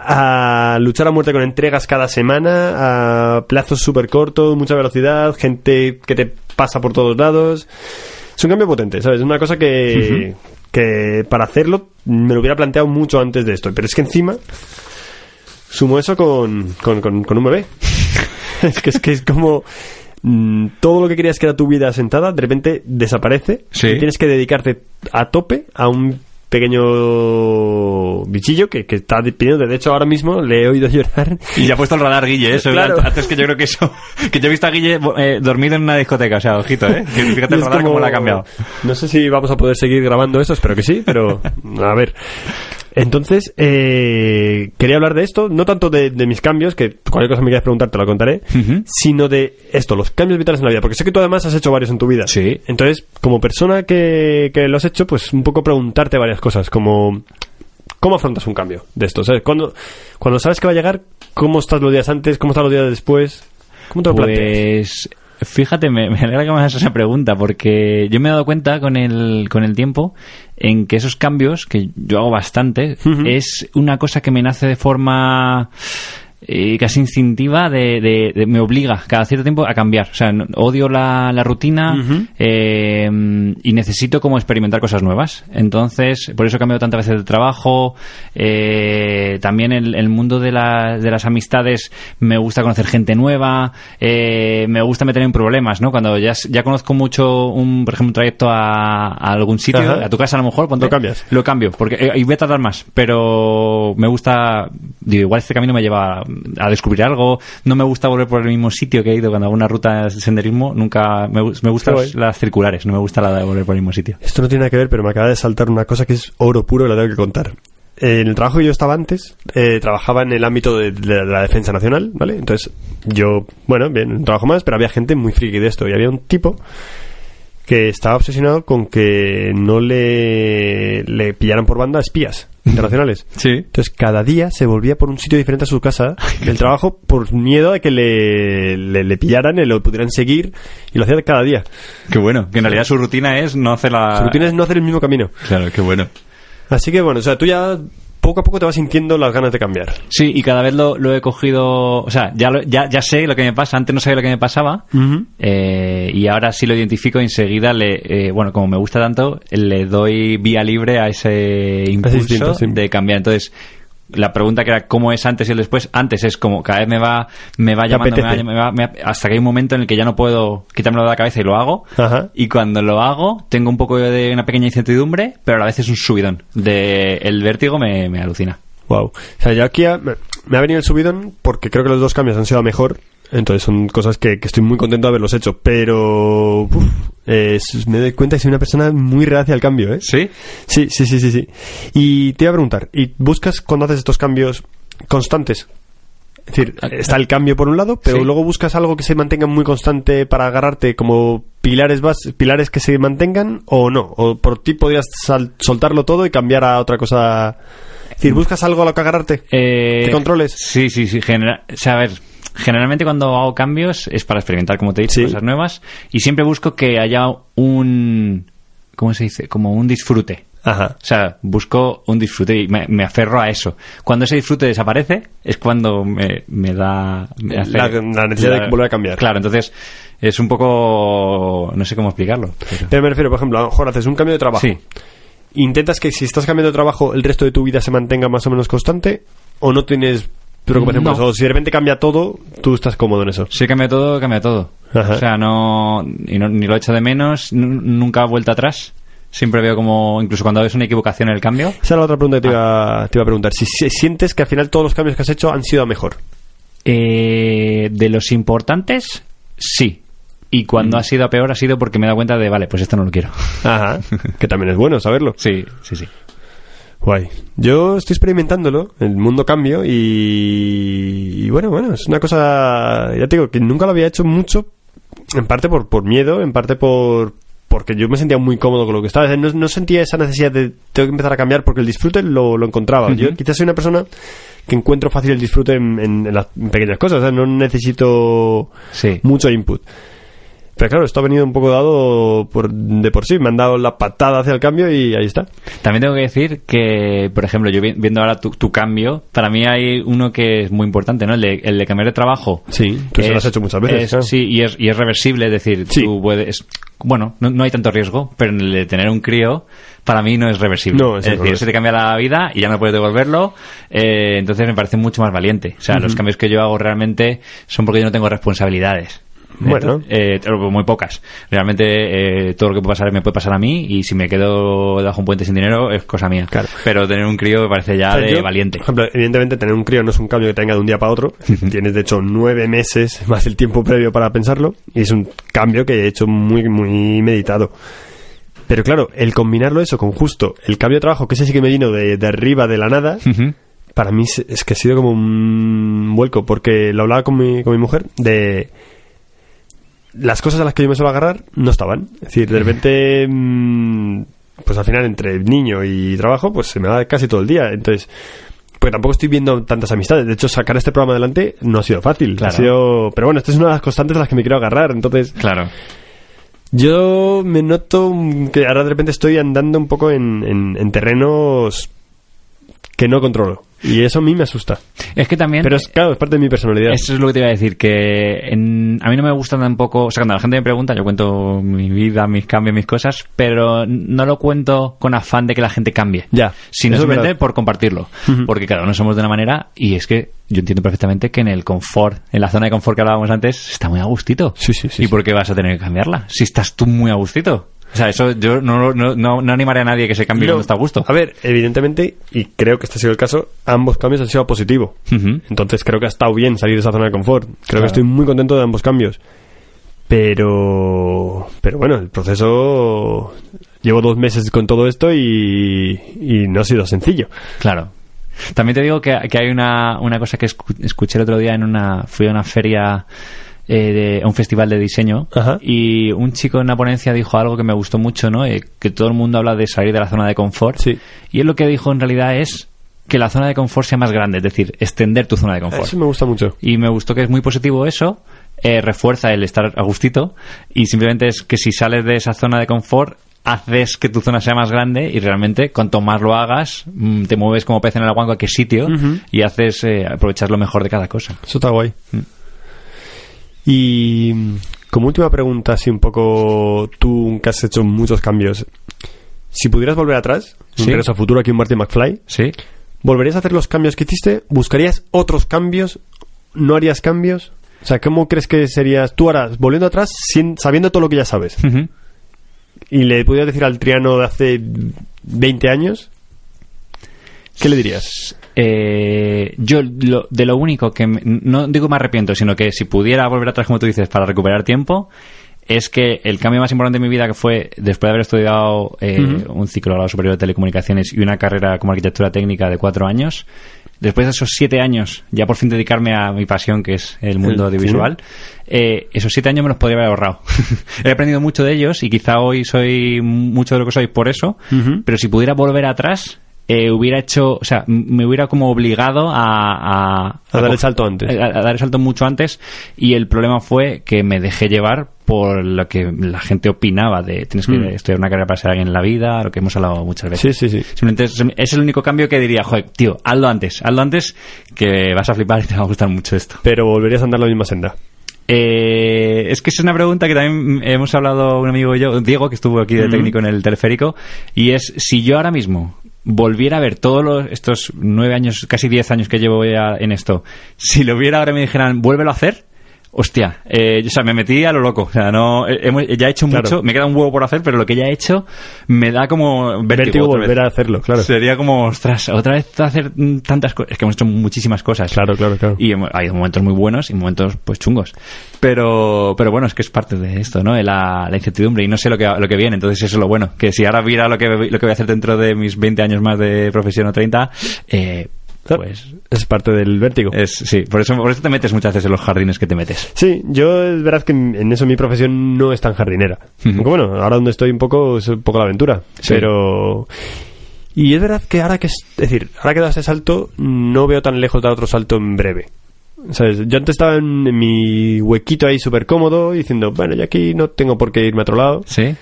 Speaker 3: a luchar a muerte con entregas cada semana, a plazos súper cortos, mucha velocidad, gente que te pasa por todos lados. Es un cambio potente, ¿sabes? Es una cosa que, que para hacerlo me lo hubiera planteado mucho antes de esto. Pero es que encima sumo eso con, con, con- con un bebé. es, que, es que es como... mm, Todo lo que creías que era tu vida sentada, de repente desaparece.
Speaker 2: Sí.
Speaker 3: Y tienes que dedicarte a tope a un pequeño bichillo que, que está pidiendo. De hecho, ahora mismo le he oído llorar.
Speaker 2: Y ya ha puesto el radar Guille, ¿eh? eso.
Speaker 3: Claro.
Speaker 2: Antes que yo creo que eso. Que yo he visto a Guille eh, dormido en una discoteca, o sea, ojito, ¿eh? Que fíjate
Speaker 3: Y
Speaker 2: el
Speaker 3: es
Speaker 2: radar
Speaker 3: como-
Speaker 2: cómo lo ha cambiado.
Speaker 3: No sé si vamos a poder seguir grabando esto, espero que sí, pero a ver. Entonces, eh, quería hablar de esto, no tanto de, de mis cambios, que cualquier cosa me quieras preguntar te lo contaré,
Speaker 2: Ujú.
Speaker 3: sino de esto, los cambios vitales en la vida, porque sé que tú además has hecho varios en tu vida.
Speaker 2: Sí.
Speaker 3: Entonces, como persona que, que lo has hecho, pues un poco preguntarte varias cosas, como ¿Cómo afrontas un cambio de esto? ¿Sabes? Cuando, cuando sabes que va a llegar, ¿cómo estás los días antes? ¿Cómo estás los días después? ¿Cómo te lo planteas?
Speaker 2: Pues fíjate, me, me alegra que me hagas esa pregunta porque yo me he dado cuenta con el, con el tiempo en que esos cambios, que yo hago bastante,
Speaker 3: Ujú.
Speaker 2: es una cosa que me nace de forma eh, casi instintiva, de, de- de- me obliga cada cierto tiempo a cambiar. O sea, no- odio la, la rutina
Speaker 3: Ujú.
Speaker 2: eh, y necesito como experimentar cosas nuevas. Entonces, por eso he cambiado tantas veces de trabajo. eh, también el, el mundo de, la- de las amistades, me gusta conocer gente nueva, eh, me gusta meter en problemas, ¿no? Cuando ya, s- ya conozco mucho, un, por ejemplo, un trayecto a, a algún sitio,
Speaker 3: Ajá.
Speaker 2: a tu casa a lo mejor, ponte-
Speaker 3: Lo cambias.
Speaker 2: Lo cambio, porque eh, y voy a tardar más, pero me gusta, digo, igual este camino me lleva a, a descubrir algo, no me gusta volver por el mismo sitio que he ido cuando hago una ruta de senderismo, nunca, me, gu- me gustan
Speaker 3: Qué
Speaker 2: las,
Speaker 3: guay.
Speaker 2: las circulares, no me gusta la de volver por el mismo sitio.
Speaker 3: Esto no tiene nada que ver, pero me acaba de saltar una cosa que es oro puro y la tengo que contar. En el trabajo que yo estaba antes, eh, trabajaba en el ámbito de, de la defensa nacional, ¿vale? Entonces, yo, bueno, bien, un trabajo más, pero había gente muy friki de esto. Y había un tipo que estaba obsesionado con que no le, le pillaran por banda espías internacionales.
Speaker 2: Sí.
Speaker 3: Entonces cada día se volvía por un sitio diferente a su casa del trabajo por miedo a que le, le, le pillaran y lo pudieran seguir y lo hacía cada día.
Speaker 2: Qué bueno. Que en realidad su rutina es no hacer la.
Speaker 3: Su rutina es no hacer el mismo camino.
Speaker 2: Claro, qué bueno.
Speaker 3: Así que bueno, o sea, tú ya poco a poco te vas sintiendo las ganas de cambiar.
Speaker 2: Sí, y cada vez lo, lo he cogido. O sea, ya, lo- ya, ya sé lo que me pasa. Antes no sabía lo que me pasaba.
Speaker 3: Ujú.
Speaker 2: Eh, y ahora sí lo identifico. y Enseguida, le, eh, bueno, como me gusta tanto, le doy vía libre a ese impulso
Speaker 3: instinto, sí.
Speaker 2: de cambiar. Entonces. La pregunta que era cómo es antes y el después, antes es como cada vez me va, me va
Speaker 3: Te
Speaker 2: llamando, me va-
Speaker 3: apetece.
Speaker 2: me va- me va- hasta que hay un momento en el que ya no puedo quitármelo de la cabeza y lo hago.
Speaker 3: Ajá.
Speaker 2: Y cuando lo hago, tengo un poco de una pequeña incertidumbre, pero a la vez es un subidón. De, el vértigo me, me alucina.
Speaker 3: Wow. O sea, yo aquí ha- me me ha venido el subidón porque creo que los dos cambios han sido a mejor. Entonces son cosas que, que estoy muy contento de haberlos hecho. Pero uf, eh, s- me doy cuenta que soy una persona muy reacia al cambio, ¿eh?
Speaker 2: ¿Sí?
Speaker 3: Sí, sí, sí, sí, sí. Y te iba a preguntar, ¿y buscas cuando haces estos cambios constantes? Es decir, está el cambio por un lado, pero
Speaker 2: Ah, Sí.
Speaker 3: luego buscas algo que se mantenga muy constante para agarrarte como pilares bas pilares que se mantengan o no, o por ti podrías sal- soltarlo todo y cambiar a otra cosa. Es decir, buscas algo a lo que agarrarte.
Speaker 2: Mm. Eh,
Speaker 3: ¿Te controles?
Speaker 2: Sí, sí, sí. genera- o sea, a ver, generalmente cuando hago cambios es para experimentar, como te he dicho,
Speaker 3: Sí.
Speaker 2: cosas nuevas. Y siempre busco que haya un. ¿Cómo se dice? Como un disfrute.
Speaker 3: Ajá.
Speaker 2: O sea, busco un disfrute y me, me aferro a eso. Cuando ese disfrute desaparece, es cuando me, me da... me hace-
Speaker 3: La- la necesidad de volver a cambiar.
Speaker 2: Claro, entonces es un poco... No sé cómo explicarlo. pero-
Speaker 3: Pero me refiero, por ejemplo, a lo mejor haces un cambio de trabajo.
Speaker 2: Sí.
Speaker 3: ¿Intentas que si estás cambiando de trabajo el resto de tu vida se mantenga más o menos constante? ¿O no tienes preocupación por
Speaker 2: No.
Speaker 3: eso? O si de repente cambia todo, tú estás cómodo en eso.
Speaker 2: Sí, cambia todo, cambia todo.
Speaker 3: Ajá.
Speaker 2: O sea, no, y no- Ni lo echo de menos, nu- nunca ha vuelto atrás. Siempre veo como... Incluso cuando ves una equivocación en el cambio...
Speaker 3: Esa era la otra pregunta que te iba, te iba a preguntar. Si, si sientes que al final todos los cambios que has hecho han sido a mejor.
Speaker 2: Eh, de los importantes, sí. Y cuando ha sido a peor ha sido porque me he dado cuenta de, vale, pues esto no lo quiero.
Speaker 3: Ajá. que también es bueno saberlo.
Speaker 2: Sí, sí, sí.
Speaker 3: Guay. Yo estoy experimentándolo, el mundo cambio y, y bueno, bueno, es una cosa, ya te digo, que nunca lo había hecho mucho, en parte por, por miedo, en parte por porque yo me sentía muy cómodo con lo que estaba, O sea, no, no sentía esa necesidad de tengo que empezar a cambiar porque el disfrute lo, lo encontraba. Yo quizás soy una persona que encuentro fácil el disfrute en, en- en las pequeñas cosas, o sea, no necesito
Speaker 2: Sí.
Speaker 3: mucho input. Pero claro, esto ha venido un poco dado por, de por sí, me han dado la patada hacia el cambio y ahí está.
Speaker 2: También tengo que decir que, por ejemplo, yo vi- viendo ahora tu, tu cambio, para mí hay uno que es muy importante, ¿no? El de, el de cambiar de trabajo.
Speaker 3: Sí, tú se lo has hecho muchas veces,
Speaker 2: es-
Speaker 3: claro.
Speaker 2: Sí, y es, y es reversible, es decir,
Speaker 3: Sí.
Speaker 2: tú puedes... Bueno, no, no hay tanto riesgo, pero en el de tener un crío, para mí no es reversible.
Speaker 3: No, es
Speaker 2: es decir,
Speaker 3: horroroso.
Speaker 2: se te cambia la vida y ya no puedes devolverlo, eh, entonces me parece mucho más valiente. O sea, los cambios que yo hago realmente son porque yo no tengo responsabilidades.
Speaker 3: Bueno.
Speaker 2: Eh, pero muy pocas. Realmente eh, todo lo que puede pasar me puede pasar a mí y si me quedo debajo de un puente sin dinero es cosa mía.
Speaker 3: Claro.
Speaker 2: Pero tener un crío me parece ya
Speaker 3: O sea,
Speaker 2: de
Speaker 3: yo,
Speaker 2: valiente.
Speaker 3: Por ejemplo, evidentemente tener un crío no es un cambio que tenga de un día para otro. Tienes de hecho nueve meses más el tiempo previo para pensarlo y es un cambio que he hecho muy muy meditado. Pero claro, el combinarlo eso con justo el cambio de trabajo que ese sí que me vino de, de arriba de la nada.
Speaker 2: Ujú.
Speaker 3: Para mí es- es que ha sido como un vuelco, porque lo hablaba con mi, con mi mujer de las cosas a las que yo me suelo agarrar no estaban. Es decir, de repente, mm, pues al final entre niño y trabajo, pues se me va casi todo el día. Entonces, porque tampoco estoy viendo tantas amistades. De hecho, sacar este programa adelante no ha sido fácil.
Speaker 2: Claro.
Speaker 3: Ha sido, pero bueno, esta es una de las constantes a las que me quiero agarrar. Entonces,
Speaker 2: Claro.
Speaker 3: yo me noto mm, que ahora de repente estoy andando un poco en, en- en terrenos que no controlo. Y eso a mí me asusta.
Speaker 2: Es que también...
Speaker 3: Pero es, claro, es parte de mi personalidad.
Speaker 2: Eso es lo que te iba a decir, que en- a mí no me gusta tampoco, o sea, cuando la gente me pregunta, yo cuento mi vida, mis cambios, mis cosas, pero no lo cuento con afán de que la gente cambie.
Speaker 3: Ya,
Speaker 2: Sino
Speaker 3: eso es
Speaker 2: simplemente
Speaker 3: verdad.
Speaker 2: por compartirlo.
Speaker 3: Ujú.
Speaker 2: Porque cada uno somos de una manera y es que yo entiendo perfectamente que en el confort, en la zona de confort que hablábamos antes, está muy a gustito.
Speaker 3: Sí, sí, sí,
Speaker 2: ¿Y
Speaker 3: sí.
Speaker 2: por qué vas a tener que cambiarla? Si estás tú muy a gustito. O sea, eso yo no, lo- no, no, no animaré a nadie que se cambie
Speaker 3: No,
Speaker 2: cuando está a gusto.
Speaker 3: A ver, evidentemente, y creo que este ha sido el caso, ambos cambios han sido a positivo.
Speaker 2: Ujú.
Speaker 3: Entonces creo que ha estado bien salir de esa zona de confort. Creo
Speaker 2: Claro.
Speaker 3: que estoy muy contento de ambos cambios. Pero... Pero bueno, el proceso... Llevo dos meses con todo esto y, y no ha sido sencillo.
Speaker 2: Claro. También te digo que, que hay una, una cosa que escu- escuché el otro día en una. Fui a una feria eh, de- a un festival de diseño
Speaker 3: Ajá.
Speaker 2: y un chico en una ponencia dijo algo que me gustó mucho, ¿no? Eh, que todo el mundo habla de salir de la zona de confort.
Speaker 3: Sí.
Speaker 2: Y él lo que dijo en realidad es que la zona de confort sea más grande, es decir, extender tu zona de confort.
Speaker 3: Eso me gusta mucho.
Speaker 2: Y me gustó que es muy positivo eso. eh, refuerza el estar a gustito y simplemente es que si sales de esa zona de confort haces que tu zona sea más grande y realmente cuanto más lo hagas mm, te mueves como pez en el agua en cualquier sitio y haces eh, aprovechar lo mejor de cada cosa
Speaker 3: Eso está guay. Y mm, como última pregunta, así un poco tú que has hecho muchos cambios. Si pudieras volver atrás, un
Speaker 2: Sí.
Speaker 3: regreso a futuro aquí un Martin McFly,
Speaker 2: sí
Speaker 3: ¿volverías a hacer los cambios que hiciste? ¿Buscarías otros cambios? ¿No harías cambios? O sea, ¿cómo crees que serías tú ahora volviendo atrás sin, sabiendo todo lo que ya sabes?
Speaker 2: Ujú.
Speaker 3: ¿Y le pudieras decir al Triano de hace 20 años? ¿Qué le dirías?
Speaker 2: Eh, yo lo- de lo único que me- no digo me arrepiento, sino que si pudiera volver atrás, como tú dices, para recuperar tiempo, es que el cambio más importante de mi vida, que fue después de haber estudiado eh, un ciclo grado superior de telecomunicaciones y una carrera como arquitectura técnica de cuatro años, después de esos siete años, ya por fin dedicarme a mi pasión, que es el mundo
Speaker 3: El
Speaker 2: audiovisual, eh, esos siete años me los podría haber ahorrado. He aprendido mucho de ellos y quizá hoy soy mucho de lo que soy por eso,
Speaker 3: Ujú.
Speaker 2: pero si pudiera volver atrás, eh, hubiera hecho, o sea, m- me hubiera como obligado a... A,
Speaker 3: A dar el
Speaker 2: co-
Speaker 3: salto antes.
Speaker 2: A, a dar el salto mucho antes y el problema fue que me dejé llevar por lo que la gente opinaba de tienes que
Speaker 3: Mm.
Speaker 2: estudiar una carrera para ser alguien en la vida, lo que hemos hablado muchas veces.
Speaker 3: Sí, sí, sí.
Speaker 2: Simplemente es, es el único cambio que diría, joder, tío, hazlo antes, hazlo antes que vas a flipar y te va a gustar mucho esto.
Speaker 3: Pero volverías a andar la misma senda.
Speaker 2: Eh, es que es una pregunta que también hemos hablado un amigo y yo, Diego, que estuvo aquí de técnico en el teleférico, y es si yo ahora mismo volviera a ver todos los- estos nueve años, casi diez años que llevo ya en esto, si lo viera ahora y me dijeran, vuélvelo a hacer, hostia, eh, yo, o sea, me metí a lo loco, o sea, no, eh, hemos- ya he hecho
Speaker 3: Claro.
Speaker 2: mucho, me queda un huevo por hacer, pero lo que ya he hecho me da como
Speaker 3: Vértigo
Speaker 2: vértigo otra vez.
Speaker 3: volver a hacerlo, claro.
Speaker 2: Sería como, ostras, otra vez hacer mm, tantas cosas. Es que hemos hecho muchísimas cosas.
Speaker 3: Claro, claro, claro.
Speaker 2: Y hemos- ha habido momentos muy buenos y momentos pues chungos. Pero, pero bueno, es que es parte de esto, ¿no? La, la incertidumbre y no sé lo que, lo que viene. Entonces eso es lo bueno. Que si ahora viera lo que, lo que voy a hacer dentro de mis 20 años más de profesión o 30, eh, pues
Speaker 3: es parte del vértigo.
Speaker 2: es, sí. Por eso, por eso te metes muchas veces en los jardines que te metes.
Speaker 3: Sí, yo es verdad que en en eso mi profesión no es tan jardinera.
Speaker 2: Ujú.
Speaker 3: Aunque bueno, ahora donde estoy un poco es un poco la aventura.
Speaker 2: Sí.
Speaker 3: Pero. Y es verdad que ahora que es, es decir, ahora que he dado este salto, no veo tan lejos dar otro salto en breve. ¿Sabes? Yo antes estaba en, en mi huequito ahí súper cómodo, diciendo, bueno, yo aquí no tengo por qué irme a otro lado.
Speaker 2: Sí.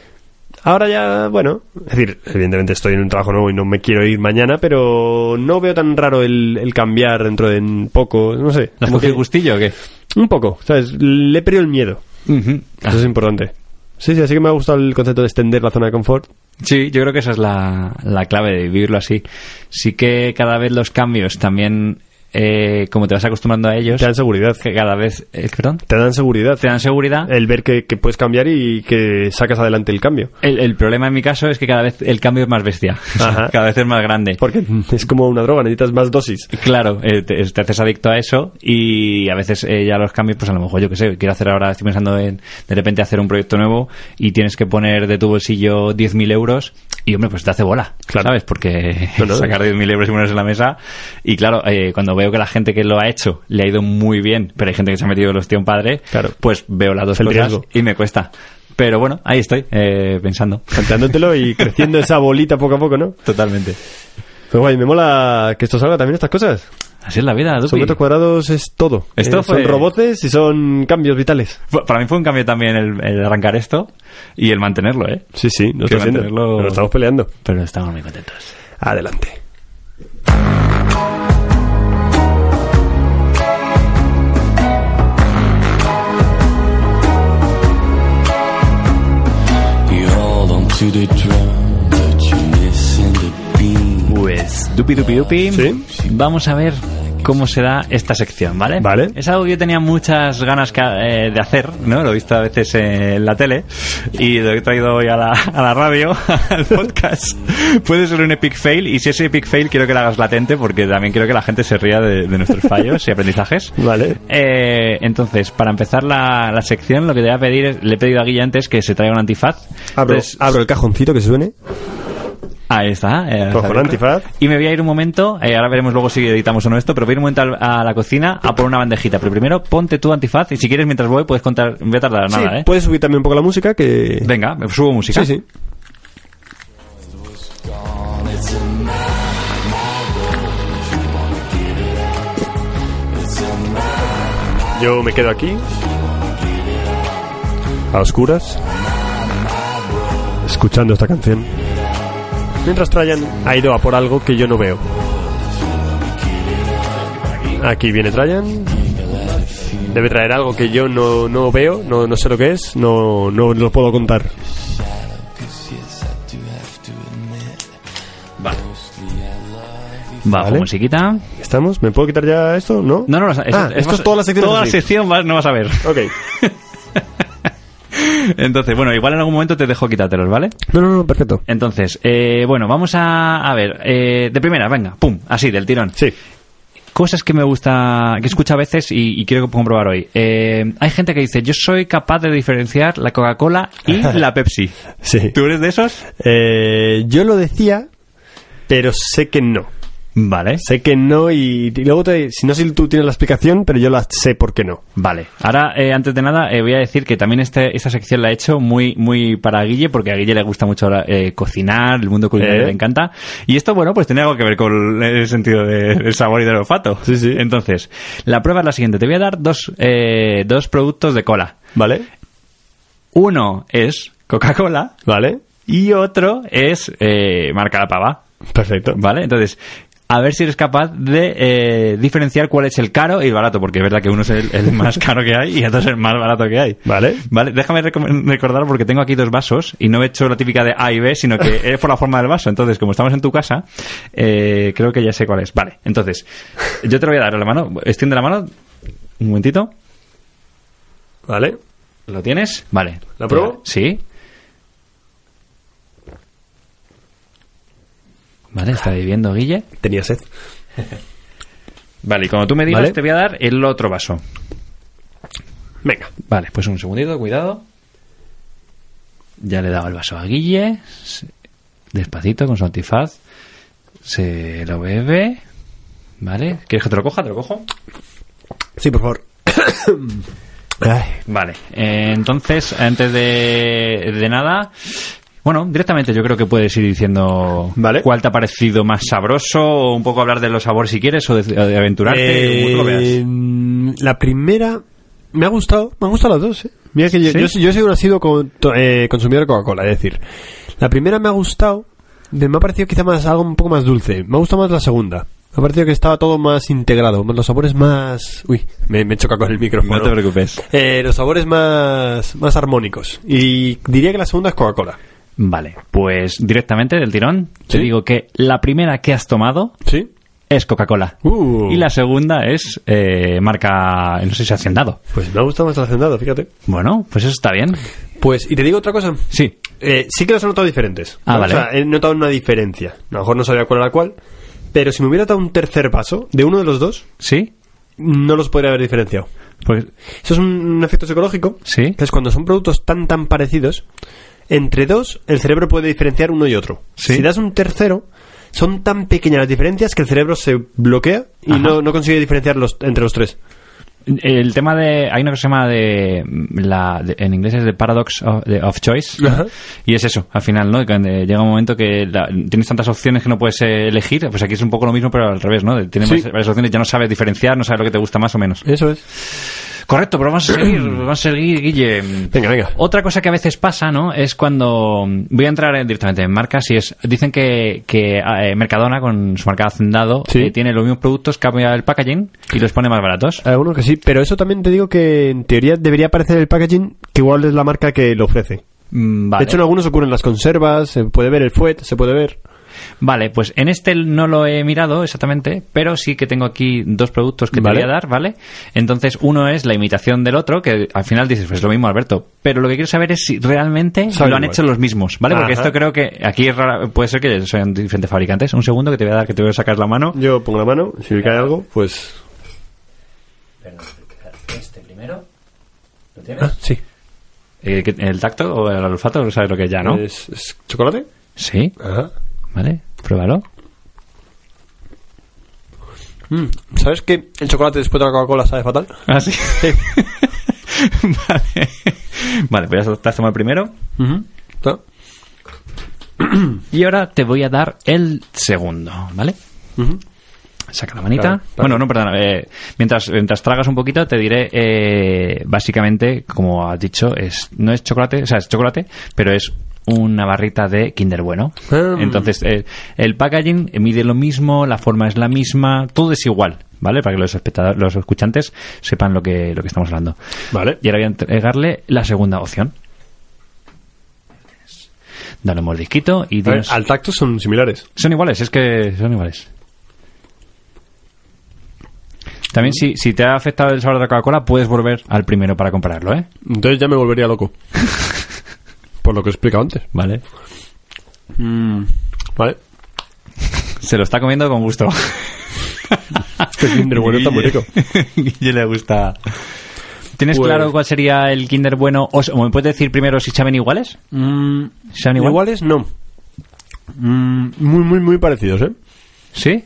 Speaker 3: Ahora ya, bueno, es decir, evidentemente estoy en un trabajo nuevo y no me quiero ir mañana, pero no veo tan raro el, el cambiar dentro de un poco, no sé.
Speaker 2: ¿Nos
Speaker 3: como que-
Speaker 2: cogido el gustillo o qué?
Speaker 3: un poco, ¿sabes? Le he perdido el miedo.
Speaker 2: Ujú.
Speaker 3: Eso es importante. Sí, sí, así que me ha gustado el concepto de extender la zona de confort.
Speaker 2: Sí, yo creo que esa es la, la clave de vivirlo así. Sí que cada vez los cambios también, eh, como te vas acostumbrando a ellos,
Speaker 3: Te dan seguridad.
Speaker 2: que cada vez, eh, perdón,
Speaker 3: Te dan seguridad.
Speaker 2: te dan seguridad.
Speaker 3: El ver que, que puedes cambiar y que sacas adelante el cambio.
Speaker 2: El, el problema en mi caso es que cada vez el cambio es más bestia,
Speaker 3: Ajá.
Speaker 2: cada vez es más grande.
Speaker 3: Porque es como una droga, necesitas más dosis.
Speaker 2: Claro, eh, te, te haces adicto a eso y a veces eh, ya los cambios, pues a lo mejor yo qué sé, quiero hacer ahora, estoy pensando en de repente hacer un proyecto nuevo y tienes que poner de tu bolsillo 10.000 euros y hombre, pues te hace bola,
Speaker 3: Claro.
Speaker 2: ¿sabes? Porque
Speaker 3: No, no.
Speaker 2: sacar 10.000 euros y ponerlos en la mesa y claro, eh, cuando veo que la gente que lo ha hecho le ha ido muy bien, pero hay gente que se ha metido los tío en padre,
Speaker 3: Claro.
Speaker 2: pues veo las dos
Speaker 3: El
Speaker 2: cosas
Speaker 3: riesgo.
Speaker 2: y me cuesta. Pero bueno, ahí estoy eh, pensando.
Speaker 3: Plantándotelo y creciendo esa bolita poco a poco, ¿no?
Speaker 2: Totalmente.
Speaker 3: Pero guay, me mola que esto salga también estas cosas.
Speaker 2: Así es la vida,
Speaker 3: Son
Speaker 2: Dupi.
Speaker 3: metros cuadrados, es todo. Eh,
Speaker 2: Esto fue-
Speaker 3: Son roboces y son cambios vitales.
Speaker 2: Fu- Para mí fue un cambio también el, el arrancar esto y el mantenerlo, ¿eh?
Speaker 3: Sí, sí, no
Speaker 2: Que
Speaker 3: está haciendo.
Speaker 2: mantenerlo-
Speaker 3: Nos estamos peleando.
Speaker 2: Pero estamos muy contentos.
Speaker 3: Adelante.
Speaker 5: You hold on to the drum, but you're missing the beat.
Speaker 2: Pues, dupi dupi dupi.
Speaker 3: Sí.
Speaker 2: Vamos a ver cómo será esta sección, ¿vale?
Speaker 3: Vale.
Speaker 2: Es algo que yo tenía muchas ganas ca- eh, de hacer, ¿no? Lo he visto a veces en la tele y lo he traído hoy a la, a la radio, al podcast. Puede ser un epic fail y si es epic fail quiero que lo hagas latente porque también quiero que la gente se ría de, de nuestros fallos y aprendizajes.
Speaker 3: Vale.
Speaker 2: Eh, entonces, para empezar la, la sección, lo que te voy a
Speaker 3: Ah,
Speaker 2: pedir es, le he pedido a Guilla antes que se traiga un antifaz.
Speaker 3: Abro,
Speaker 2: Entonces,
Speaker 3: abro el cajoncito que suene.
Speaker 2: Ahí está. eh,
Speaker 3: Cojo el
Speaker 2: abierto.
Speaker 3: antifaz.
Speaker 2: Y me voy a ir un momento, eh, ahora veremos luego si editamos o no esto, pero voy a ir un momento al- a la cocina a por una bandejita. Pero primero ponte tu antifaz y si quieres mientras voy puedes contar, voy a tardar nada,
Speaker 3: sí,
Speaker 2: ¿eh?
Speaker 3: puedes subir también un poco la música que...
Speaker 2: Venga, me subo música.
Speaker 3: Sí, sí. Yo me quedo aquí. A oscuras. Escuchando esta canción. Mientras Trajan ha ido a por algo que yo no veo. Aquí viene Trajan. Debe traer algo que yo no, no veo, no, no sé lo que es, no, no lo puedo contar.
Speaker 2: Bajo
Speaker 3: Vale.
Speaker 2: musiquita.
Speaker 3: ¿Estamos? ¿Me puedo quitar ya esto? ¿No?
Speaker 2: No, no, eso-
Speaker 3: Ah,
Speaker 2: eso-
Speaker 3: esto
Speaker 2: vas-
Speaker 3: es toda la sección.
Speaker 2: Toda la
Speaker 3: así.
Speaker 2: sección vas- no vas a ver.
Speaker 3: Ok.
Speaker 2: Entonces, bueno, igual en algún momento te dejo quitártelos, ¿vale?
Speaker 3: No, no, no, perfecto.
Speaker 2: Entonces, eh, bueno, vamos a, a ver. eh, de primera, venga, pum, así, del tirón.
Speaker 3: Sí.
Speaker 2: cosas que me gusta, que escucho a veces y, y quiero comprobar hoy. Eh, hay gente que dice, yo soy capaz de diferenciar la Coca-Cola y la Pepsi.
Speaker 3: Sí.
Speaker 2: ¿Tú eres de esos?
Speaker 3: Eh, yo lo decía, pero sé que no.
Speaker 2: Vale.
Speaker 3: Sé que no y, y luego te, si no sé si tú tienes la explicación, pero yo la sé por qué no.
Speaker 2: Vale. Ahora, eh, antes de nada, eh, voy a decir que también este, esta sección la he hecho muy, muy para Guille, porque a Guille le gusta mucho ahora, eh, cocinar, el mundo culinario
Speaker 3: Eh.
Speaker 2: le encanta. Y esto, bueno, pues tiene algo que ver con el sentido de- del sabor y del olfato.
Speaker 3: Sí, sí.
Speaker 2: Entonces, la prueba es la siguiente. Te voy a dar dos, eh, dos productos de cola.
Speaker 3: ¿Vale?
Speaker 2: Uno es Coca-Cola.
Speaker 3: ¿Vale?
Speaker 2: Y otro es eh, marca la pava,
Speaker 3: Perfecto.
Speaker 2: ¿vale? Entonces, a ver si eres capaz de eh, diferenciar cuál es el caro y el barato, porque es verdad que uno es el, el más caro que hay y otro es el más barato que hay.
Speaker 3: Vale.
Speaker 2: Vale, déjame recom- recordar porque tengo aquí dos vasos y no he hecho la típica de A y B, sino que es por la forma del vaso. Entonces, como estamos en tu casa, eh, creo que ya sé cuál es. Vale, entonces, yo te lo voy a dar la mano. Extiende la mano. Un momentito.
Speaker 3: ¿Vale?
Speaker 2: ¿Lo tienes? Vale.
Speaker 3: ¿La pruebo?
Speaker 2: Sí. Vale, está viviendo Guille.
Speaker 3: Tenía sed.
Speaker 2: Vale, y cuando tú me digas,
Speaker 3: Vale.
Speaker 2: te voy a dar el otro vaso.
Speaker 3: Venga.
Speaker 2: Vale, pues un segundito, cuidado. Ya le he dado el vaso a Guille. Se- Despacito, con su antifaz. Se lo bebe. Vale. ¿Quieres que te lo coja? ¿Te lo cojo?
Speaker 3: Sí, por favor. Ay,
Speaker 2: Vale, eh, entonces, antes de, de nada, bueno, directamente yo creo que puedes ir diciendo
Speaker 3: Vale.
Speaker 2: cuál te ha parecido más sabroso, o un poco hablar de los sabores si quieres, o de, o de aventurarte,
Speaker 3: Eh,
Speaker 2: como tú lo veas.
Speaker 3: la primera me ha gustado, me han gustado las dos. ¿eh? Mira que yo,
Speaker 2: ¿Sí?
Speaker 3: yo soy- yo soy un asiduo con- to- eh, consumidor de Coca-Cola, es decir, la primera me ha gustado, de- me ha parecido quizá más algo un poco más dulce, me ha gustado más la segunda. Me ha parecido que estaba todo más integrado, más- los sabores más... Uy, me, me choca con el micrófono.
Speaker 2: preocupes.
Speaker 3: Eh, los sabores más, más armónicos. Y diría que la segunda es Coca-Cola.
Speaker 2: Vale, pues directamente del tirón, te
Speaker 3: ¿Sí?
Speaker 2: digo que la primera que has tomado
Speaker 3: ¿Sí?
Speaker 2: es Coca-Cola.
Speaker 3: Uh.
Speaker 2: Y la segunda es eh, marca, no sé si hacendado.
Speaker 3: Pues me ha gustado más el hacendado, fíjate.
Speaker 2: Bueno, pues eso está bien.
Speaker 3: Pues, y te digo otra cosa.
Speaker 2: Sí.
Speaker 3: Eh, sí que los he notado diferentes.
Speaker 2: Ah,
Speaker 3: O
Speaker 2: vale.
Speaker 3: sea, he notado una diferencia. A lo mejor no sabía cuál era cuál. Pero si me hubiera dado un tercer vaso de uno de los dos,
Speaker 2: ¿Sí?
Speaker 3: no los podría haber diferenciado.
Speaker 2: Pues
Speaker 3: Eso es un, un efecto psicológico.
Speaker 2: Sí.
Speaker 3: Que es cuando son productos tan, tan parecidos, entre dos, el cerebro puede diferenciar uno y otro.
Speaker 2: Sí.
Speaker 3: Si das un tercero, son tan pequeñas las diferencias que el cerebro se bloquea y
Speaker 2: Ajá.
Speaker 3: no, no consigue diferenciar los, entre los tres.
Speaker 2: El tema de. Hay una cosa que se llama de. mm, La, de- en inglés es de Paradox of, de- of Choice. ¿no?
Speaker 3: Ajá.
Speaker 2: Y es eso, al final, ¿no? Que, eh, llega un momento que la- tienes tantas opciones que no puedes eh, elegir. Pues aquí es un poco lo mismo, pero al revés, ¿no? De- Tienes
Speaker 3: Sí.
Speaker 2: varias, varias opciones, ya no sabes diferenciar, no sabes lo que te gusta más o menos.
Speaker 3: Eso es.
Speaker 2: Correcto, pero vamos a seguir, vamos a seguir, Guille.
Speaker 3: Venga, venga.
Speaker 2: Otra cosa que a veces pasa, ¿no? Es cuando. Voy a entrar eh, directamente en marcas y es. Dicen que, que eh, Mercadona, con su marca Hacendado,
Speaker 3: Sí.
Speaker 2: eh, tiene los mismos productos, cambia el packaging y los pone más baratos.
Speaker 3: Algunos que sí, pero eso también te digo que en teoría debería aparecer en el packaging que igual es la marca que lo ofrece.
Speaker 2: Mm, Vale.
Speaker 3: De hecho, en algunos ocurren las conservas, se puede ver el fuet, se puede ver.
Speaker 2: Vale, pues en este no lo he mirado exactamente, pero sí que tengo aquí dos productos que
Speaker 3: Vale.
Speaker 2: te voy a dar, ¿vale? Entonces, uno es la imitación del otro, que al final dices, pues lo mismo, Alberto. Pero lo que quiero saber es si realmente
Speaker 3: Saben
Speaker 2: lo han
Speaker 3: igual.
Speaker 2: hecho los mismos, ¿vale? Porque
Speaker 3: Ajá.
Speaker 2: esto creo que aquí es rara- puede ser que sean diferentes fabricantes. Un segundo que te voy a dar, que te voy a sacar la mano.
Speaker 3: Yo pongo la mano, si me cae algo, pues.
Speaker 2: Este primero. ¿Lo
Speaker 3: Ah, Sí.
Speaker 2: Eh, ¿El tacto o el olfato? No sabes lo que es ya, ¿no?
Speaker 3: ¿Es, es chocolate?
Speaker 2: Sí.
Speaker 3: Ajá.
Speaker 2: ¿Vale? Pruébalo.
Speaker 3: ¿Sabes que el chocolate después de la Coca-Cola sabe fatal?
Speaker 2: Ah, sí. vale. Vale, pues ya te hacemos el primero.
Speaker 3: ¿No?
Speaker 2: Y ahora te voy a dar el segundo, ¿vale?
Speaker 3: Ujú.
Speaker 2: Saca la manita.
Speaker 3: Claro, claro.
Speaker 2: Bueno, no, perdona. eh, mientras, mientras tragas un poquito, te diré, eh, básicamente, como has dicho, es no es chocolate, o sea, es chocolate, pero es una barrita de Kinder Bueno.
Speaker 3: Ah.
Speaker 2: Entonces, eh, el packaging mide lo mismo, la forma es la misma, todo es igual, ¿vale? Para que los espectadores, los escuchantes sepan lo que, lo que estamos hablando.
Speaker 3: Vale.
Speaker 2: Y ahora voy a entregarle la segunda opción. Dale un mordisquito y
Speaker 3: A ver,
Speaker 2: dinos-
Speaker 3: al tacto son similares.
Speaker 2: son iguales, es que son iguales. También si, si te ha afectado el sabor de la Coca-Cola, puedes volver al primero para compararlo, ¿eh?
Speaker 3: Entonces ya me volvería loco. Por lo que he explicado antes.
Speaker 2: Vale.
Speaker 3: Vale.
Speaker 2: Se lo está comiendo con gusto.
Speaker 3: Este Kinder bueno está muy rico.
Speaker 2: Yo le gusta. ¿Tienes
Speaker 3: Pues-
Speaker 2: claro cuál sería el Kinder bueno? O, o me puedes decir primero si saben iguales? ¿Saben igual?
Speaker 3: Iguales no. Mm, muy, muy, muy parecidos, ¿eh?
Speaker 2: ¿Sí?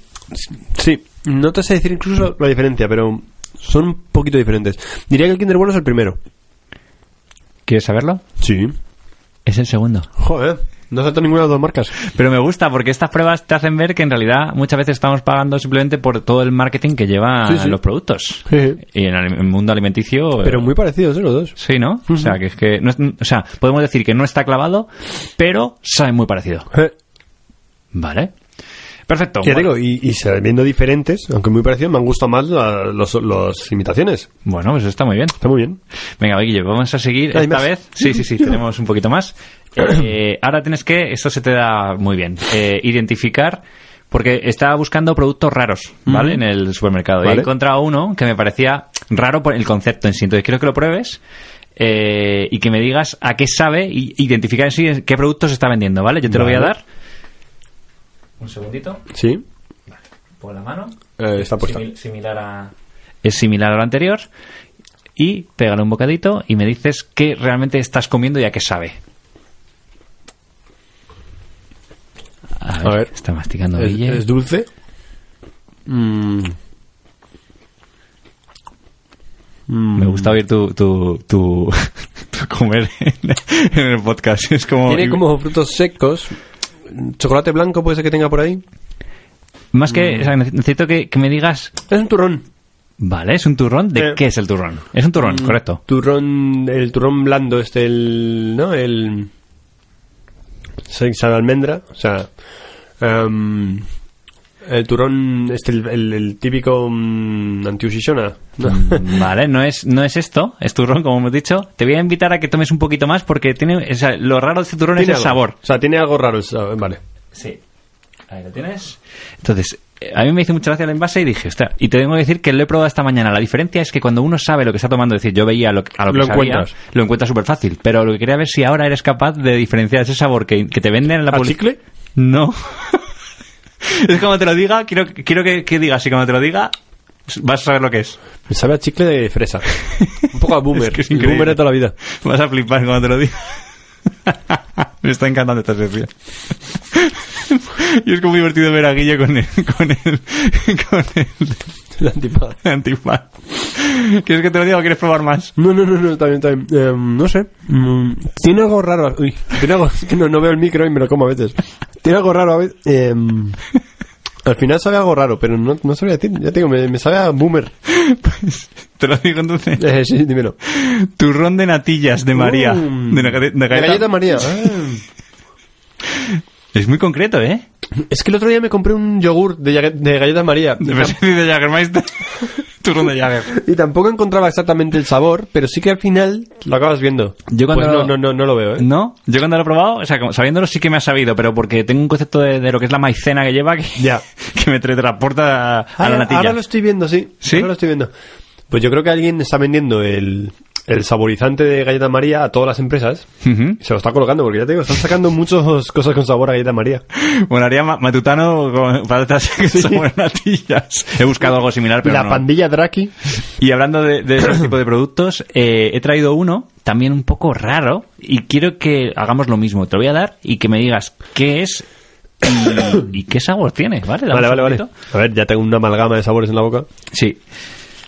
Speaker 3: Sí, no te sé decir incluso la diferencia, pero son un poquito diferentes. Diría que el Kinder Bueno es el primero.
Speaker 2: ¿Quieres saberlo?
Speaker 3: Sí.
Speaker 2: Es el segundo.
Speaker 3: Joder, no salta ninguna de las dos marcas.
Speaker 2: Pero me gusta porque estas pruebas te hacen ver que en realidad muchas veces estamos pagando simplemente por todo el marketing que lleva
Speaker 3: Sí, sí.
Speaker 2: los productos.
Speaker 3: Sí.
Speaker 2: Y en el mundo alimenticio. eh,
Speaker 3: Pero muy parecidos, ¿eh? Los dos.
Speaker 2: Sí, ¿no? O sea, que es que. no es- o sea, podemos decir que no está clavado, pero sabe muy parecido.
Speaker 3: Eh,
Speaker 2: Vale. Perfecto.
Speaker 3: Ya te digo, y, y sabiendo diferentes, aunque muy parecidos, me han gustado más la- los- las imitaciones.
Speaker 2: Bueno, pues está muy bien.
Speaker 3: Está muy bien.
Speaker 2: Venga, Guille, vamos a seguir
Speaker 3: Hay
Speaker 2: esta
Speaker 3: más.
Speaker 2: vez. Sí, sí, sí, tenemos un poquito más. Eh, ahora tienes que, esto se te da muy bien, eh, identificar, porque estaba buscando productos raros, ¿vale? En el supermercado. Y
Speaker 3: Vale.
Speaker 2: he encontrado uno que me parecía raro por el concepto en sí. Entonces quiero que lo pruebes. eh, y que me digas a qué sabe y identificar en sí qué producto se está vendiendo, ¿vale? Yo te lo voy a
Speaker 3: Vale.
Speaker 2: dar. Un segundito,
Speaker 3: Sí.
Speaker 2: por la mano.
Speaker 3: Eh, está puesta.
Speaker 2: Simil- similar a... Es similar a lo anterior. Y pégale un bocadito y me dices qué realmente estás comiendo y a qué sabe. A ver,
Speaker 3: A ver.
Speaker 2: está masticando
Speaker 3: Es,
Speaker 2: Guille.
Speaker 3: es dulce. Mm, Mm.
Speaker 2: Me gusta oír tu, tu, tu, tu comer en, en el podcast. Es como,
Speaker 3: Tiene como frutos secos. Chocolate blanco puede ser que tenga por ahí.
Speaker 2: Más que... o sea, necesito que, que me digas...
Speaker 3: Es un turrón.
Speaker 2: Vale, es un turrón. ¿De
Speaker 3: Eh. Mm.
Speaker 2: qué es el turrón? Es un turrón, correcto.
Speaker 3: Turrón, el turrón blando este, el, ¿no? El... se- Sabe a almendra, o sea... em, el turrón, este, el, el- el típico mm, antiusishona, ¿no?
Speaker 2: Mm. Vale, no es, no es esto, es turrón, como hemos dicho. Te voy a invitar a que tomes un poquito más porque tiene, o sea, lo raro de este turrón es
Speaker 3: Tiene
Speaker 2: el
Speaker 3: algo.
Speaker 2: sabor.
Speaker 3: O sea, tiene algo raro el sabor, vale.
Speaker 2: Sí. Ahí lo tienes. Entonces, eh, a mí me hizo mucha gracia el envase y dije, ostras, y te tengo que decir que lo he probado esta mañana. La diferencia es que cuando uno sabe lo que está tomando, es decir, yo veía lo, que- a lo que
Speaker 3: Lo
Speaker 2: sabía,
Speaker 3: encuentras.
Speaker 2: lo encuentras súper fácil. Pero lo que quería ver si ahora eres capaz de diferenciar ese sabor que, que te venden en la
Speaker 3: ¿A
Speaker 2: public-
Speaker 3: Ah, chicle?
Speaker 2: No. es como te lo diga, quiero, quiero que, que digas, y cuando te lo diga, vas a saber lo que es.
Speaker 3: Me Sabe a chicle de fresa. Un poco a boomer.
Speaker 2: Es que es
Speaker 3: el boomer
Speaker 2: increíble.
Speaker 3: de toda la vida.
Speaker 2: Vas a flipar cuando te lo diga. Me está encantando esta sección. y es como divertido ver a Guille con el, con el, con el
Speaker 3: La antipada.
Speaker 2: antifaz. ¿Quieres que te lo diga o quieres probar más?
Speaker 3: No, no, no, no, también, también. Em, no sé. Mm, tiene algo raro. Uy, tiene algo. es que no, no veo el micro y me lo como a veces. Tiene algo raro a veces. em, al final sabe algo raro, pero no, no sabría decir. Ya te digo, me, me sabe a boomer.
Speaker 2: Te lo digo entonces.
Speaker 3: Eh, sí, dímelo.
Speaker 2: Turrón de natillas de María.
Speaker 3: Mm.
Speaker 2: de la galleta- de
Speaker 3: La
Speaker 2: galleta.
Speaker 3: galleta María. Ah.
Speaker 2: Es muy concreto, ¿eh?
Speaker 3: Es que el otro día me compré un yogur de, llague- de galletas María.
Speaker 2: De de Jagermeister. Turrón de Jager.
Speaker 3: Y tampoco encontraba exactamente el sabor, pero sí que al final lo acabas viendo.
Speaker 2: Yo cuando
Speaker 3: Pues no,
Speaker 2: lo-
Speaker 3: no, no, no lo veo, ¿eh?
Speaker 2: No, yo cuando lo he probado, o sea, como sabiéndolo sí que me ha sabido, pero porque tengo un concepto de, de lo que es la maicena que lleva que,
Speaker 3: Ya.
Speaker 2: que me teletransporta a, a la
Speaker 3: ahora,
Speaker 2: natilla.
Speaker 3: ahora lo estoy viendo, sí.
Speaker 2: ¿Sí?
Speaker 3: Ahora lo estoy viendo. Pues yo creo que alguien está vendiendo el, el saborizante de galleta María a todas las empresas.
Speaker 2: Ujú.
Speaker 3: Y se lo está colocando, porque ya te digo, están sacando muchas cosas con sabor a galleta María.
Speaker 2: Bueno, haría ma- matutano con patatas que son natillas. He buscado algo similar, pero
Speaker 3: la
Speaker 2: no.
Speaker 3: pandilla Draki.
Speaker 2: Y hablando de, de ese tipo de productos, eh, he traído uno también un poco raro y quiero que hagamos lo mismo. Te lo voy a dar y que me digas qué es ¿Y qué sabor tiene? Vale, dame
Speaker 3: Vale,
Speaker 2: un
Speaker 3: vale, vale.
Speaker 2: segundito.
Speaker 3: A ver, ya tengo una amalgama de sabores en la boca.
Speaker 2: Sí.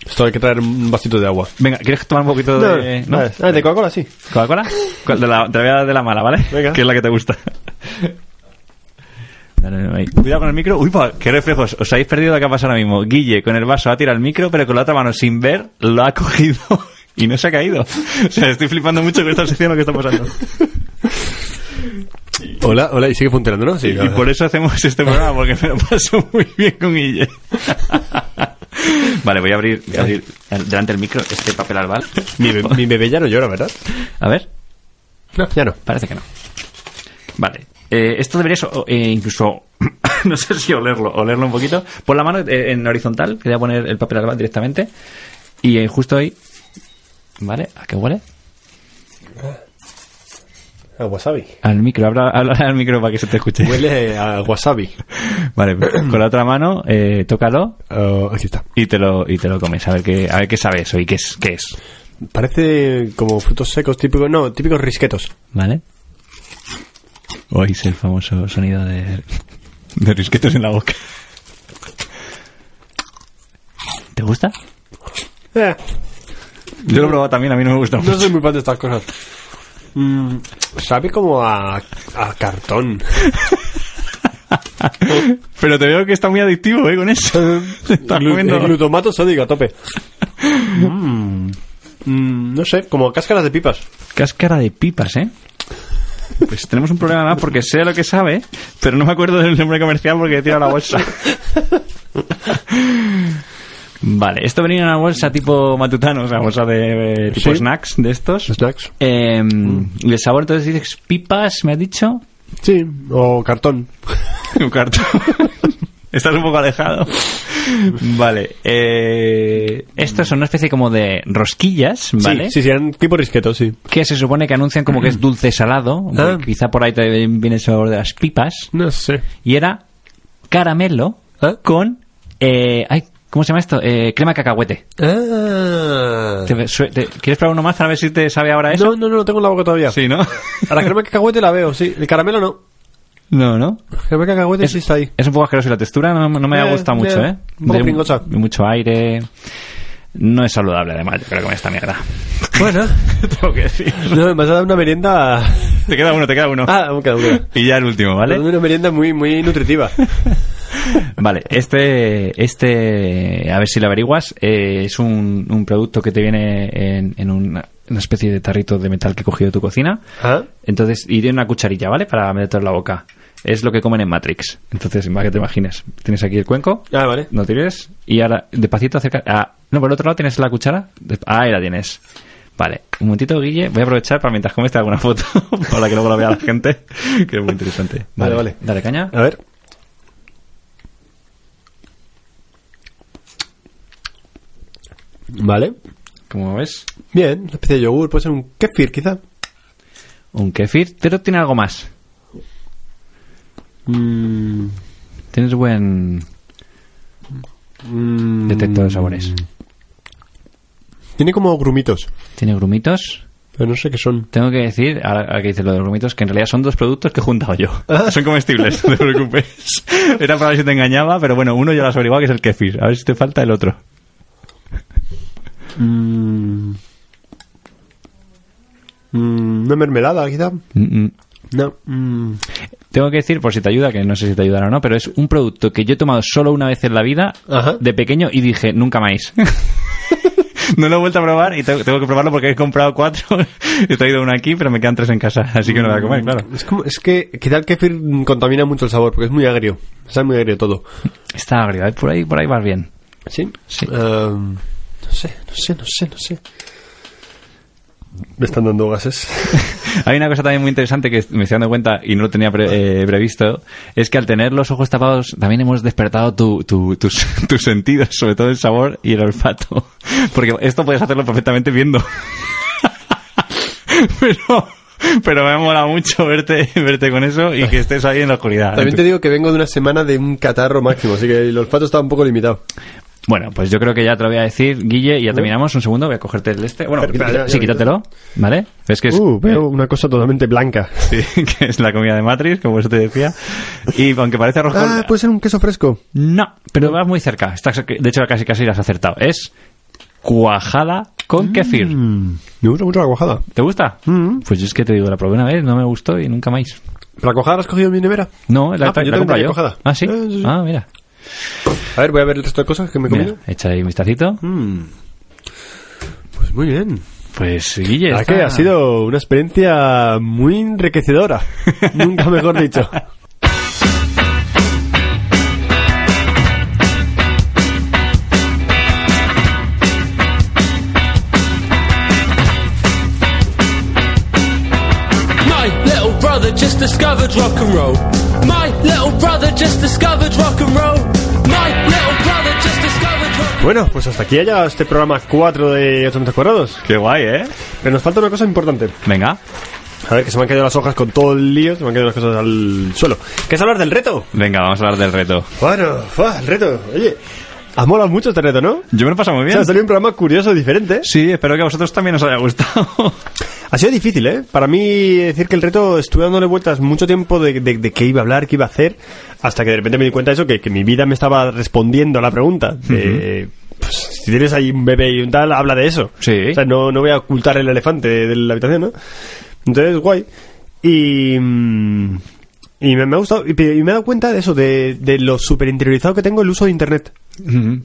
Speaker 3: Esto hay que traer un vasito de agua.
Speaker 2: Venga, ¿quieres tomar un poquito de.
Speaker 3: no, vale. Ah, de Coca-Cola sí.
Speaker 2: ¿Coca-Cola? ¿Cuál? De la, te la voy a dar de la mala, ¿vale?
Speaker 3: Venga.
Speaker 2: Que es la que te gusta. Dale, dale, ahí. Cuidado con el micro. Uy, pa, qué reflejos. Os habéis perdido lo que ha pasado ahora mismo. Guille con el vaso ha tirado el micro, pero con la otra mano sin ver lo ha cogido y no se ha caído. O sea, estoy flipando mucho con esta sección lo que está pasando.
Speaker 3: Hola, hola, y sigue funcionando, ¿no? Sí,
Speaker 2: Y por eso hacemos este programa, porque me lo paso muy bien con Guille. Vale, voy a abrir, voy a abrir delante del micro este papel albal.
Speaker 3: mi, be- mi bebé ya no llora, ¿verdad?
Speaker 2: A ver.
Speaker 3: No, ya no.
Speaker 2: Parece que no. Vale. Eh, esto deberías o- eh, incluso, no sé si olerlo, olerlo un poquito. Pon la mano eh, en horizontal, que le voy a poner el papel albal directamente. Y eh, justo ahí. ¿Vale? ¿A qué huele?
Speaker 3: A wasabi.
Speaker 2: Al micro, habla, habla al micro para que se te escuche.
Speaker 3: Huele a wasabi.
Speaker 2: Vale, con la otra mano, eh, tócalo
Speaker 3: Oh, aquí está.
Speaker 2: y te lo, y te lo comes. A ver qué, a ver qué sabe eso y qué es, qué es.
Speaker 3: Parece como frutos secos típicos, no, típicos risquetos.
Speaker 2: ¿Vale? Oís el famoso sonido de, de risquetos en la boca. ¿Te gusta?
Speaker 3: Eh,
Speaker 2: Yo lo he probado también, a mí no me gusta
Speaker 3: no
Speaker 2: mucho.
Speaker 3: soy muy fan de estas cosas. Mm, sabe como a, a cartón.
Speaker 2: Pero te veo que está muy adictivo, ¿eh? Con eso. Te estás
Speaker 3: Glu-
Speaker 2: comiendo-
Speaker 3: eh, glutamato sódico a tope. Mm, mm, no sé, como cáscaras de pipas.
Speaker 2: Cáscara de pipas, ¿eh? Pues tenemos un problema más porque sé lo que sabe, pero no me acuerdo del nombre comercial porque he tirado la bolsa. Vale, esto venía en una bolsa tipo matutano, o sea, bolsa de eh, tipo
Speaker 3: Sí.
Speaker 2: snacks de estos.
Speaker 3: Snacks.
Speaker 2: Eh, y el sabor, entonces dices pipas, me has dicho.
Speaker 3: Sí, o cartón.
Speaker 2: Un cartón. Estás un poco alejado. Vale. Eh, estos son una especie como de rosquillas, ¿vale?
Speaker 3: Sí, sí, sí, eran tipo risquetos, sí.
Speaker 2: Que se supone que anuncian como que es dulce salado.
Speaker 3: Ah.
Speaker 2: Quizá por ahí te viene el sabor de las pipas.
Speaker 3: No sé.
Speaker 2: Y era caramelo
Speaker 3: Ah.
Speaker 2: con. eh, ay, ¿Cómo se llama esto? Eh, crema de cacahuete.
Speaker 3: Ah.
Speaker 2: Te- sue- te- ¿Quieres probar uno más para ver si te sabe ahora eso?
Speaker 3: No, no, no, lo tengo en la boca todavía.
Speaker 2: Sí, ¿no?
Speaker 3: A la crema de cacahuete la veo, sí. El caramelo no.
Speaker 2: no, ¿no?
Speaker 3: La crema de cacahuete sí está ahí.
Speaker 2: Es un poco asqueroso y la textura no, no me
Speaker 3: Eh,
Speaker 2: ha gustado
Speaker 3: eh,
Speaker 2: mucho, ¿eh?
Speaker 3: un poco
Speaker 2: De
Speaker 3: pingosa.
Speaker 2: de mucho aire. No es saludable, además, yo creo que me esta mierda.
Speaker 3: Bueno.
Speaker 2: Tengo que decir.
Speaker 3: No, me has dado una merienda...
Speaker 2: Te queda uno, te queda uno.
Speaker 3: Ah, aún queda una.
Speaker 2: Y ya el último, ¿vale?
Speaker 3: Una merienda muy, muy nutritiva.
Speaker 2: Vale, este, este, a ver si lo averiguas, eh, es un, un producto que te viene en, en una, una especie de tarrito de metal que he cogido de tu cocina.
Speaker 3: Ah.
Speaker 2: Entonces, y tiene una cucharilla, ¿vale? Para meterlo en la boca. Es lo que comen en Matrix. Entonces, para que te imagines. Tienes aquí el cuenco.
Speaker 3: Ah, vale.
Speaker 2: No tires. Y ahora, despacito acerca. Ah, no, por el otro lado tienes la cuchara. De- Ah, ahí la tienes. Vale, un momentito, Guille. Voy a aprovechar para mientras comes te hago una foto. para que luego la vea la gente. Que es muy interesante.
Speaker 3: Vale, vale. Ah.
Speaker 2: Dale caña.
Speaker 3: A ver. Vale.
Speaker 2: Como ves,
Speaker 3: Bien, una especie de yogur, puede ser un kefir quizá.
Speaker 2: un kefir. Pero tiene algo más.
Speaker 3: Mm,
Speaker 2: Tienes buen
Speaker 3: mm,
Speaker 2: detector de sabores.
Speaker 3: Tiene como grumitos,
Speaker 2: Tiene grumitos.
Speaker 3: pero no sé qué son.
Speaker 2: Tengo que decir, ahora, ahora que dices lo de los grumitos, que en realidad son dos productos que he juntado yo. Son comestibles, no te preocupes. Era para ver si te engañaba, pero bueno, uno ya lo has averiguado que es el kefir. A ver si te falta el otro.
Speaker 3: Mm, mm, una mermelada quizá.
Speaker 2: Mm, mm.
Speaker 3: No. mm,
Speaker 2: Tengo que decir, por si te ayuda, que no sé si te ayudará o no, pero es un producto que yo he tomado solo una vez en la vida,
Speaker 3: Ajá.
Speaker 2: de pequeño, y dije, nunca más. No lo he vuelto a probar y te- tengo que probarlo porque he comprado cuatro. He traído una aquí, pero me quedan tres en casa, así que no la voy a comer, claro.
Speaker 3: Es, como- es que quizá el kefir mm, contamina mucho el sabor porque es muy agrio. Está muy agrio todo.
Speaker 2: Está agrio, ¿eh? por ahí, por ahí vas bien.
Speaker 3: ¿Sí?
Speaker 2: Sí.
Speaker 3: Em, no sé, no sé, no sé, no sé. Me están dando gases.
Speaker 2: Hay una cosa también muy interesante que me estoy dando cuenta y no lo tenía pre- eh, previsto, es que al tener los ojos tapados también hemos despertado tu- tu- tus, tus sentidos, sobre todo el sabor y el olfato. Porque esto puedes hacerlo perfectamente viendo. Pero, pero me mola mucho verte, verte con eso y que estés ahí en la oscuridad.
Speaker 3: También te digo que vengo de una semana de un catarro máximo, así que el olfato está un poco limitado.
Speaker 2: Bueno, pues yo creo que ya te lo voy a decir, Guille, y ya terminamos. Un segundo, voy a cogerte el este. Bueno,
Speaker 3: Espera, ya, ya
Speaker 2: sí,
Speaker 3: lo
Speaker 2: quítatelo, ¿vale? Es que es,
Speaker 3: Uh, veo una cosa totalmente blanca.
Speaker 2: sí, que es la comida de Matrix, como te decía. Y aunque parece rojo...
Speaker 3: Ah, puede ser un queso fresco.
Speaker 2: No, pero vas muy cerca. Estás- de hecho, casi casi la has acertado. Es cuajada con kefir.
Speaker 3: Me gusta mucho la cuajada.
Speaker 2: ¿Te gusta?
Speaker 3: Mm.
Speaker 2: Pues yo es que te digo, la probé una vez, no me gustó y nunca más.
Speaker 3: ¿La cuajada la has cogido en mi nevera?
Speaker 2: No, la,
Speaker 3: Ah, pues yo
Speaker 2: la
Speaker 3: también
Speaker 2: compro
Speaker 3: tenía
Speaker 2: yo.
Speaker 3: cuajada.
Speaker 2: Ah, ¿sí?
Speaker 3: Eh, sí, sí.
Speaker 2: Ah, mira.
Speaker 3: A ver, voy a ver el resto de cosas que me he
Speaker 2: Mira,
Speaker 3: comido.
Speaker 2: echa ahí un vistacito.
Speaker 3: Mm. Pues muy bien.
Speaker 2: Pues, Guille,
Speaker 3: La
Speaker 2: está-
Speaker 3: Ah, que ha sido una experiencia muy enriquecedora. Nunca mejor dicho.
Speaker 6: My little brother just discovered rock and roll. My little brother just discovered rock and roll. My little brother just discovered rock and roll.
Speaker 3: Bueno, pues hasta aquí ha llegado este programa 4 de 8 metros cuadrados.
Speaker 2: Qué guay, ¿eh?
Speaker 3: Pero nos falta una cosa importante.
Speaker 2: Venga.
Speaker 3: A ver, que se me han caído las hojas con todo el lío, se me han caído las cosas al suelo. ¿Qué es hablar del reto?
Speaker 2: Venga, vamos a hablar del reto.
Speaker 3: Bueno, el reto. Oye, has molado mucho este reto, ¿no?
Speaker 2: Yo me lo he pasado muy
Speaker 3: O
Speaker 2: bien.
Speaker 3: sea, ha salido un programa curioso, diferente.
Speaker 2: Sí, espero que a vosotros también os haya gustado.
Speaker 3: Ha sido difícil, ¿eh? Para mí decir que el reto estuve dándole vueltas mucho tiempo de, de- de qué iba a hablar, qué iba a hacer, hasta que de repente me di cuenta de eso, que, que mi vida me estaba respondiendo a la pregunta. de, pues, si tienes ahí un bebé y un tal, habla de eso.
Speaker 2: Sí.
Speaker 3: O sea, no, no voy a ocultar el elefante de, de la habitación, ¿no? Entonces, guay. Y... mm, Y me, me ha gustado, y, pe- y me he dado cuenta de eso, de, de lo super interiorizado que tengo el uso de Internet.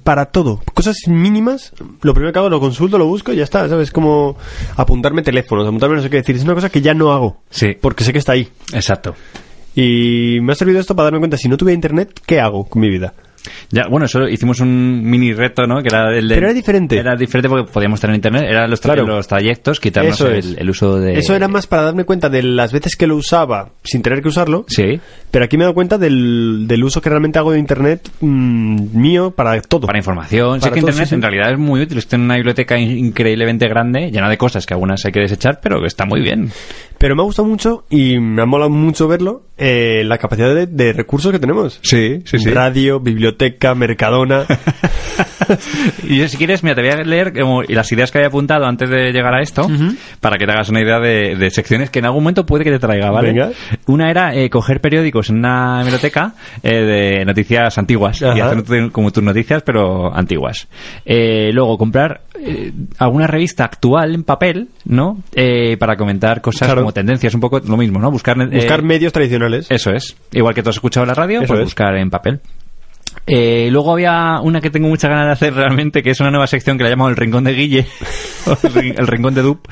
Speaker 3: Para todo. Cosas mínimas, lo primero que hago, lo consulto, lo busco y ya está, ¿sabes? Como apuntarme teléfonos, apuntarme no sé qué decir. Es una cosa que ya no hago.
Speaker 2: Sí.
Speaker 3: Porque sé que está ahí.
Speaker 2: Exacto.
Speaker 3: Y me ha servido esto para darme cuenta, si no tuviera Internet, ¿qué hago con mi vida?
Speaker 2: Ya, bueno, eso hicimos un mini reto, ¿no? Que era el de-
Speaker 3: Pero era diferente.
Speaker 2: Era diferente porque podíamos tener internet, eran los, tra-
Speaker 3: Claro.
Speaker 2: los trayectos, quitarnos
Speaker 3: Eso es.
Speaker 2: el, el uso de...
Speaker 3: Eso era más para darme cuenta de las veces que lo usaba sin tener que usarlo.
Speaker 2: Sí,
Speaker 3: Pero aquí me he dado cuenta del, del uso que realmente hago de Internet mm, mío para todo.
Speaker 2: para información. Sí
Speaker 3: Para
Speaker 2: que
Speaker 3: todo,
Speaker 2: internet
Speaker 3: sí, sí.
Speaker 2: en realidad es muy útil. Está en una biblioteca in- increíblemente grande, llena de cosas que algunas hay que desechar, pero que está muy bien.
Speaker 3: Pero me ha gustado mucho y me ha molado mucho verlo eh, la capacidad de, de recursos que tenemos.
Speaker 2: Sí,
Speaker 3: Radio, biblioteca, Mercadona.
Speaker 2: Y yo, si quieres, mira, te voy a leer como las ideas que había apuntado antes de llegar a esto, para que te hagas una idea de, de secciones que en algún momento puede que te traiga, ¿vale?
Speaker 3: Venga.
Speaker 2: Una era eh, coger periódicos en una biblioteca de noticias antiguas y
Speaker 3: Ajá.
Speaker 2: hacer tu- como tus noticias, pero antiguas. Eh, luego, comprar eh, alguna revista actual en papel, ¿no? Eh, para comentar cosas
Speaker 3: Claro.
Speaker 2: como tendencias, un poco lo mismo, ¿no? Buscar, eh,
Speaker 3: Buscar medios tradicionales.
Speaker 2: eso es. Igual que tú has escuchado en la radio,
Speaker 3: Eso
Speaker 2: pues
Speaker 3: es.
Speaker 2: buscar en papel. Eh, luego había una que tengo muchas ganas de hacer realmente, que es una nueva sección que la he llamado El Rincón de Guille, o el, rin- el Rincón de Dup,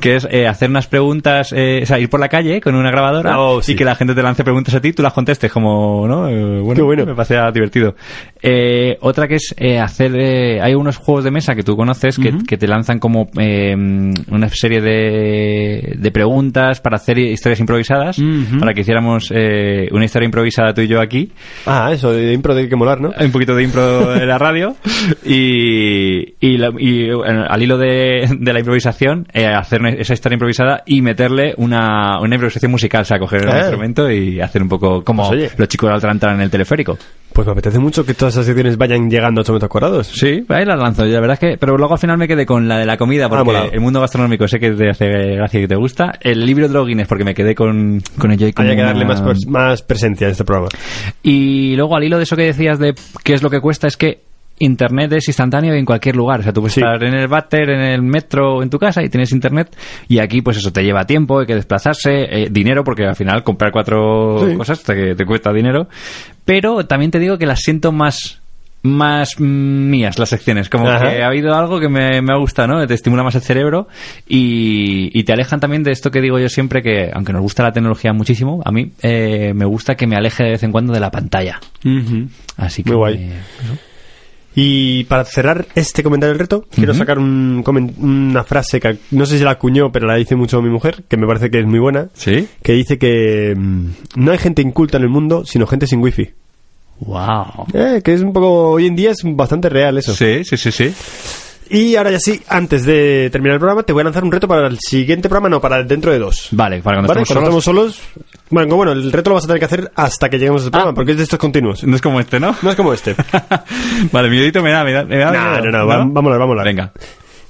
Speaker 2: que es eh, hacer unas preguntas, eh, o sea, ir por la calle con una grabadora
Speaker 3: Oh,
Speaker 2: y
Speaker 3: sí.
Speaker 2: que la gente te lance preguntas a ti y tú las contestes, como, ¿no? Eh, bueno,
Speaker 3: Qué bueno.
Speaker 2: me parecía divertido. Eh, otra que es eh, hacer, eh, hay unos juegos de mesa que tú conoces que, que te lanzan como eh, una serie de, de preguntas para hacer historias improvisadas, para que hiciéramos eh, una historia improvisada tú y yo aquí
Speaker 3: Ah, eso de impro tiene que molar, ¿no?
Speaker 2: un poquito de impro de la radio y, y, la- y, eh, al hilo de, de la improvisación eh, hacer una- esa historia improvisada y meterle una, una improvisación musical, o sea, coger un
Speaker 3: Ah.
Speaker 2: instrumento y hacer un poco como
Speaker 3: Pues oye.
Speaker 2: los chicos de la Alcántara en el teleférico.
Speaker 3: Pues me apetece mucho que todas esas secciones vayan llegando a 8 metros cuadrados.
Speaker 2: Sí, ahí la lanzo, yo, la verdad es que... Pero luego al final me quedé con la de la comida,
Speaker 3: Ah,
Speaker 2: porque
Speaker 3: molado.
Speaker 2: el mundo gastronómico sé que te hace gracia y que te gusta. El libro de Droguines, porque me quedé con, con ello y con
Speaker 3: Hay que darle
Speaker 2: una-
Speaker 3: más, pers- más presencia a este programa.
Speaker 2: Y luego al hilo de eso que decías de qué es lo que cuesta es que internet es instantáneo en cualquier lugar, o sea, tú puedes
Speaker 3: Sí.
Speaker 2: estar en el váter, en el metro, o en tu casa y tienes internet y aquí pues eso te lleva tiempo, hay que desplazarse, eh, dinero porque al final comprar cuatro
Speaker 3: Sí.
Speaker 2: cosas te, te cuesta dinero, pero también te digo que las siento más más mm, mías las secciones, como
Speaker 3: Ajá.
Speaker 2: que ha habido algo que me, me ha gustado, ¿no? Te estimula más el cerebro y, y te alejan también de esto que digo yo siempre, que aunque nos gusta la tecnología muchísimo, a mí eh, me gusta que me aleje de vez en cuando de la pantalla. Así que...
Speaker 3: Muy guay.
Speaker 2: eh,
Speaker 3: Y para cerrar este comentario del reto, quiero sacar un comen- una frase que no sé si la acuñó, pero la dice mucho mi mujer, que me parece que es muy buena,
Speaker 2: ¿Sí?
Speaker 3: que dice que mm, no hay gente inculta en el mundo, sino gente sin wifi.
Speaker 2: ¡Wow!
Speaker 3: Eh, que es un poco, hoy en día es bastante real eso.
Speaker 2: Sí, sí, sí, sí.
Speaker 3: Y ahora ya sí, antes de terminar el programa, te voy a lanzar un reto para el siguiente programa, no, para dentro de dos.
Speaker 2: Vale, para cuando
Speaker 3: ¿Vale?
Speaker 2: estemos
Speaker 3: Cuando
Speaker 2: solos. Ah.
Speaker 3: estemos solos. Bueno, bueno, el reto lo vas a tener que hacer hasta que lleguemos al programa, porque es de estos continuos.
Speaker 2: No es como este, ¿no?
Speaker 3: No es como este.
Speaker 2: vale, mi dedito me da, me da. me da
Speaker 3: No,
Speaker 2: miedo.
Speaker 3: no, no, va- vámonos, vámonos.
Speaker 2: Venga.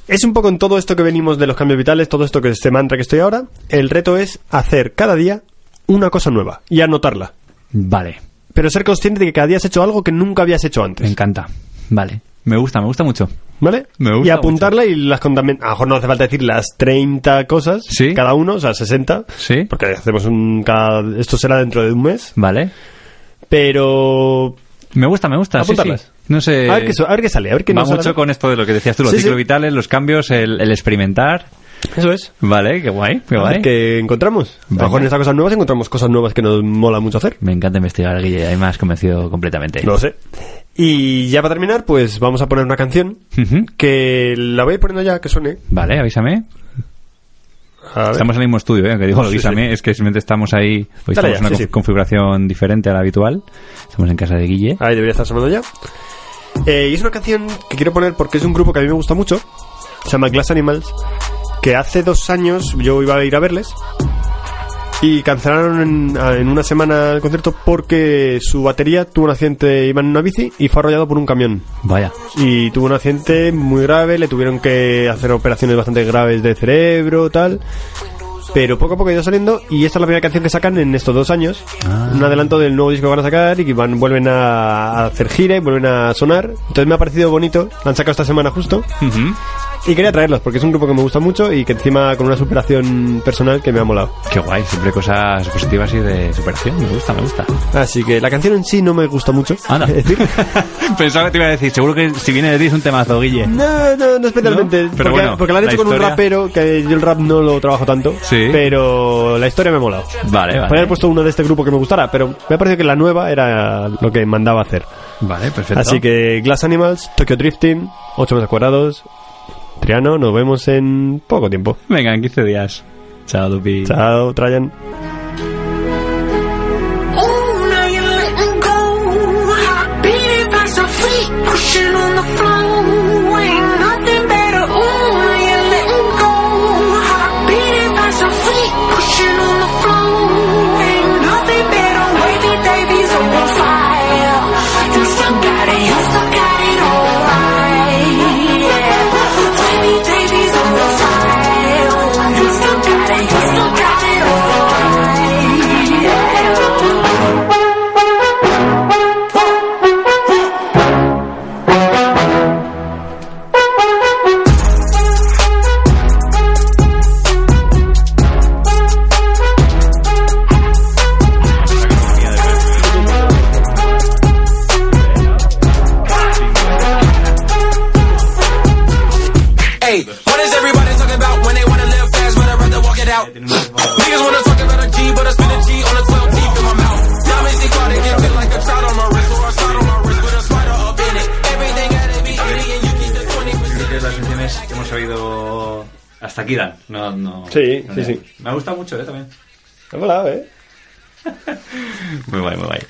Speaker 3: Es un poco en todo esto que venimos de los cambios vitales, todo esto que es este mantra que estoy ahora. El reto es hacer cada día una cosa nueva y anotarla.
Speaker 2: Vale,
Speaker 3: Pero ser consciente de que cada día has hecho algo que nunca habías hecho
Speaker 2: me
Speaker 3: antes.
Speaker 2: encanta. Vale. Me gusta, me gusta mucho.
Speaker 3: ¿Vale?
Speaker 2: Me gusta
Speaker 3: y apuntarla y las contamen. A lo mejor no hace falta decir las 30 cosas,
Speaker 2: Sí.
Speaker 3: cada uno, o sea, 60.
Speaker 2: Sí.
Speaker 3: Porque hacemos un. cada- esto será dentro de un mes.
Speaker 2: Vale.
Speaker 3: Pero.
Speaker 2: Me gusta, me gusta. sí,
Speaker 3: Apuntarlas.
Speaker 2: sí. No sé.
Speaker 3: A, ver qué, su- a ver qué sale, a ver qué
Speaker 2: Eh, va
Speaker 3: nos
Speaker 2: mucho
Speaker 3: sale.
Speaker 2: con esto de lo que decías tú, los
Speaker 3: Sí,
Speaker 2: ciclos
Speaker 3: sí.
Speaker 2: vitales, los cambios, el, el experimentar.
Speaker 3: Eso es.
Speaker 2: Vale, qué guay, qué
Speaker 3: A ver
Speaker 2: guay.
Speaker 3: qué encontramos. A lo
Speaker 2: Venga.
Speaker 3: mejor en estas cosas nuevas encontramos cosas nuevas que nos mola mucho hacer.
Speaker 2: Me encanta investigar, Guille, ahí me has convencido completamente.
Speaker 3: No lo sé. Y ya para terminar, pues vamos a poner una canción
Speaker 2: Ujú.
Speaker 3: que la voy poniendo ya, que suene.
Speaker 2: Vale, avísame.
Speaker 3: A ver.
Speaker 2: Estamos en el mismo estudio, ¿eh? que digo, avísame, es que simplemente estamos ahí, hoy estamos
Speaker 3: Dale
Speaker 2: en
Speaker 3: ya,
Speaker 2: una
Speaker 3: sí,
Speaker 2: conf-
Speaker 3: sí.
Speaker 2: configuración diferente a la habitual. Estamos en casa de Guille.
Speaker 3: Ahí debería estar sonando ya. Eh, y es una canción que quiero poner porque es de un grupo que a mí me gusta mucho. Se llama Glass Animals. Que hace dos años yo iba a ir a verles. Y cancelaron en, a- en una semana el concierto porque su batería tuvo un accidente, iba en una bici y fue arrollado por un camión.
Speaker 2: Vaya.
Speaker 3: y tuvo un accidente muy grave, le tuvieron que hacer operaciones bastante graves de cerebro, tal. Pero poco a poco ha ido saliendo y esta es la primera canción que sacan en estos dos años. Un adelanto del nuevo disco que van a sacar y que van, vuelven a hacer gira y vuelven a sonar. Entonces me ha parecido bonito, la han sacado esta semana justo.
Speaker 2: Ujú.
Speaker 3: Y quería traerlos porque es un grupo que me gusta mucho y que encima con una superación personal que me ha molado.
Speaker 2: Qué guay, siempre cosas positivas y de superación. Me gusta, me gusta.
Speaker 3: Así que la canción en sí no me gusta mucho.
Speaker 2: Anda.
Speaker 3: Es decir,
Speaker 2: Pensaba que te iba a decir, seguro que si viene de ti es un temazo, Guille.
Speaker 3: No, no, no especialmente.
Speaker 2: ¿No? Pero
Speaker 3: porque,
Speaker 2: bueno,
Speaker 3: porque la han
Speaker 2: la
Speaker 3: hecho con un
Speaker 2: historia-
Speaker 3: rapero que yo el rap no lo trabajo tanto.
Speaker 2: Sí. Eh,
Speaker 3: Pero la historia me ha molado.
Speaker 2: Vale,
Speaker 3: Podría haber
Speaker 2: vale.
Speaker 3: puesto uno de este grupo que me gustara, pero me ha parecido que la nueva era lo que mandaba hacer.
Speaker 2: Vale, perfecto.
Speaker 3: Así que Glass Animals, Tokyo Drifting, 8 metros cuadrados. Triano, nos vemos en poco tiempo.
Speaker 2: Venga, en 15 días. Chao, Dupi.
Speaker 3: Chao, Trajan.
Speaker 7: Ooh, now you're letting go. Heartbeat advice on feet, pushing on the floor. Ain't nothing better. Ooh, now you're letting go. Heartbeat advice on feet, pushing on the floor. Ain't nothing better. Wavy babies on fire. You still got it, you still got it all right. Yeah. Wavy babies on fire. You still got it, you still got it all right. Yeah.
Speaker 4: Hey, what is everybody talking about when they wanna live fast, but I'd rather walk it out? Niggas wanna talk about a G, but I spit a G on a 12 deep in my mouth. Diamonds they caught it, feel like a trout on my wrist, or a slide on my wrist with a spider up in it. Everything gotta be itty, and you keep the 20%.
Speaker 2: las canciones que hemos oído hasta aquí dan. No, no.
Speaker 3: Sí, no sí, le- sí.
Speaker 2: Me ha gustado mucho, eh, también.
Speaker 3: Me ha molado, eh.
Speaker 2: Muy guay, muy guay.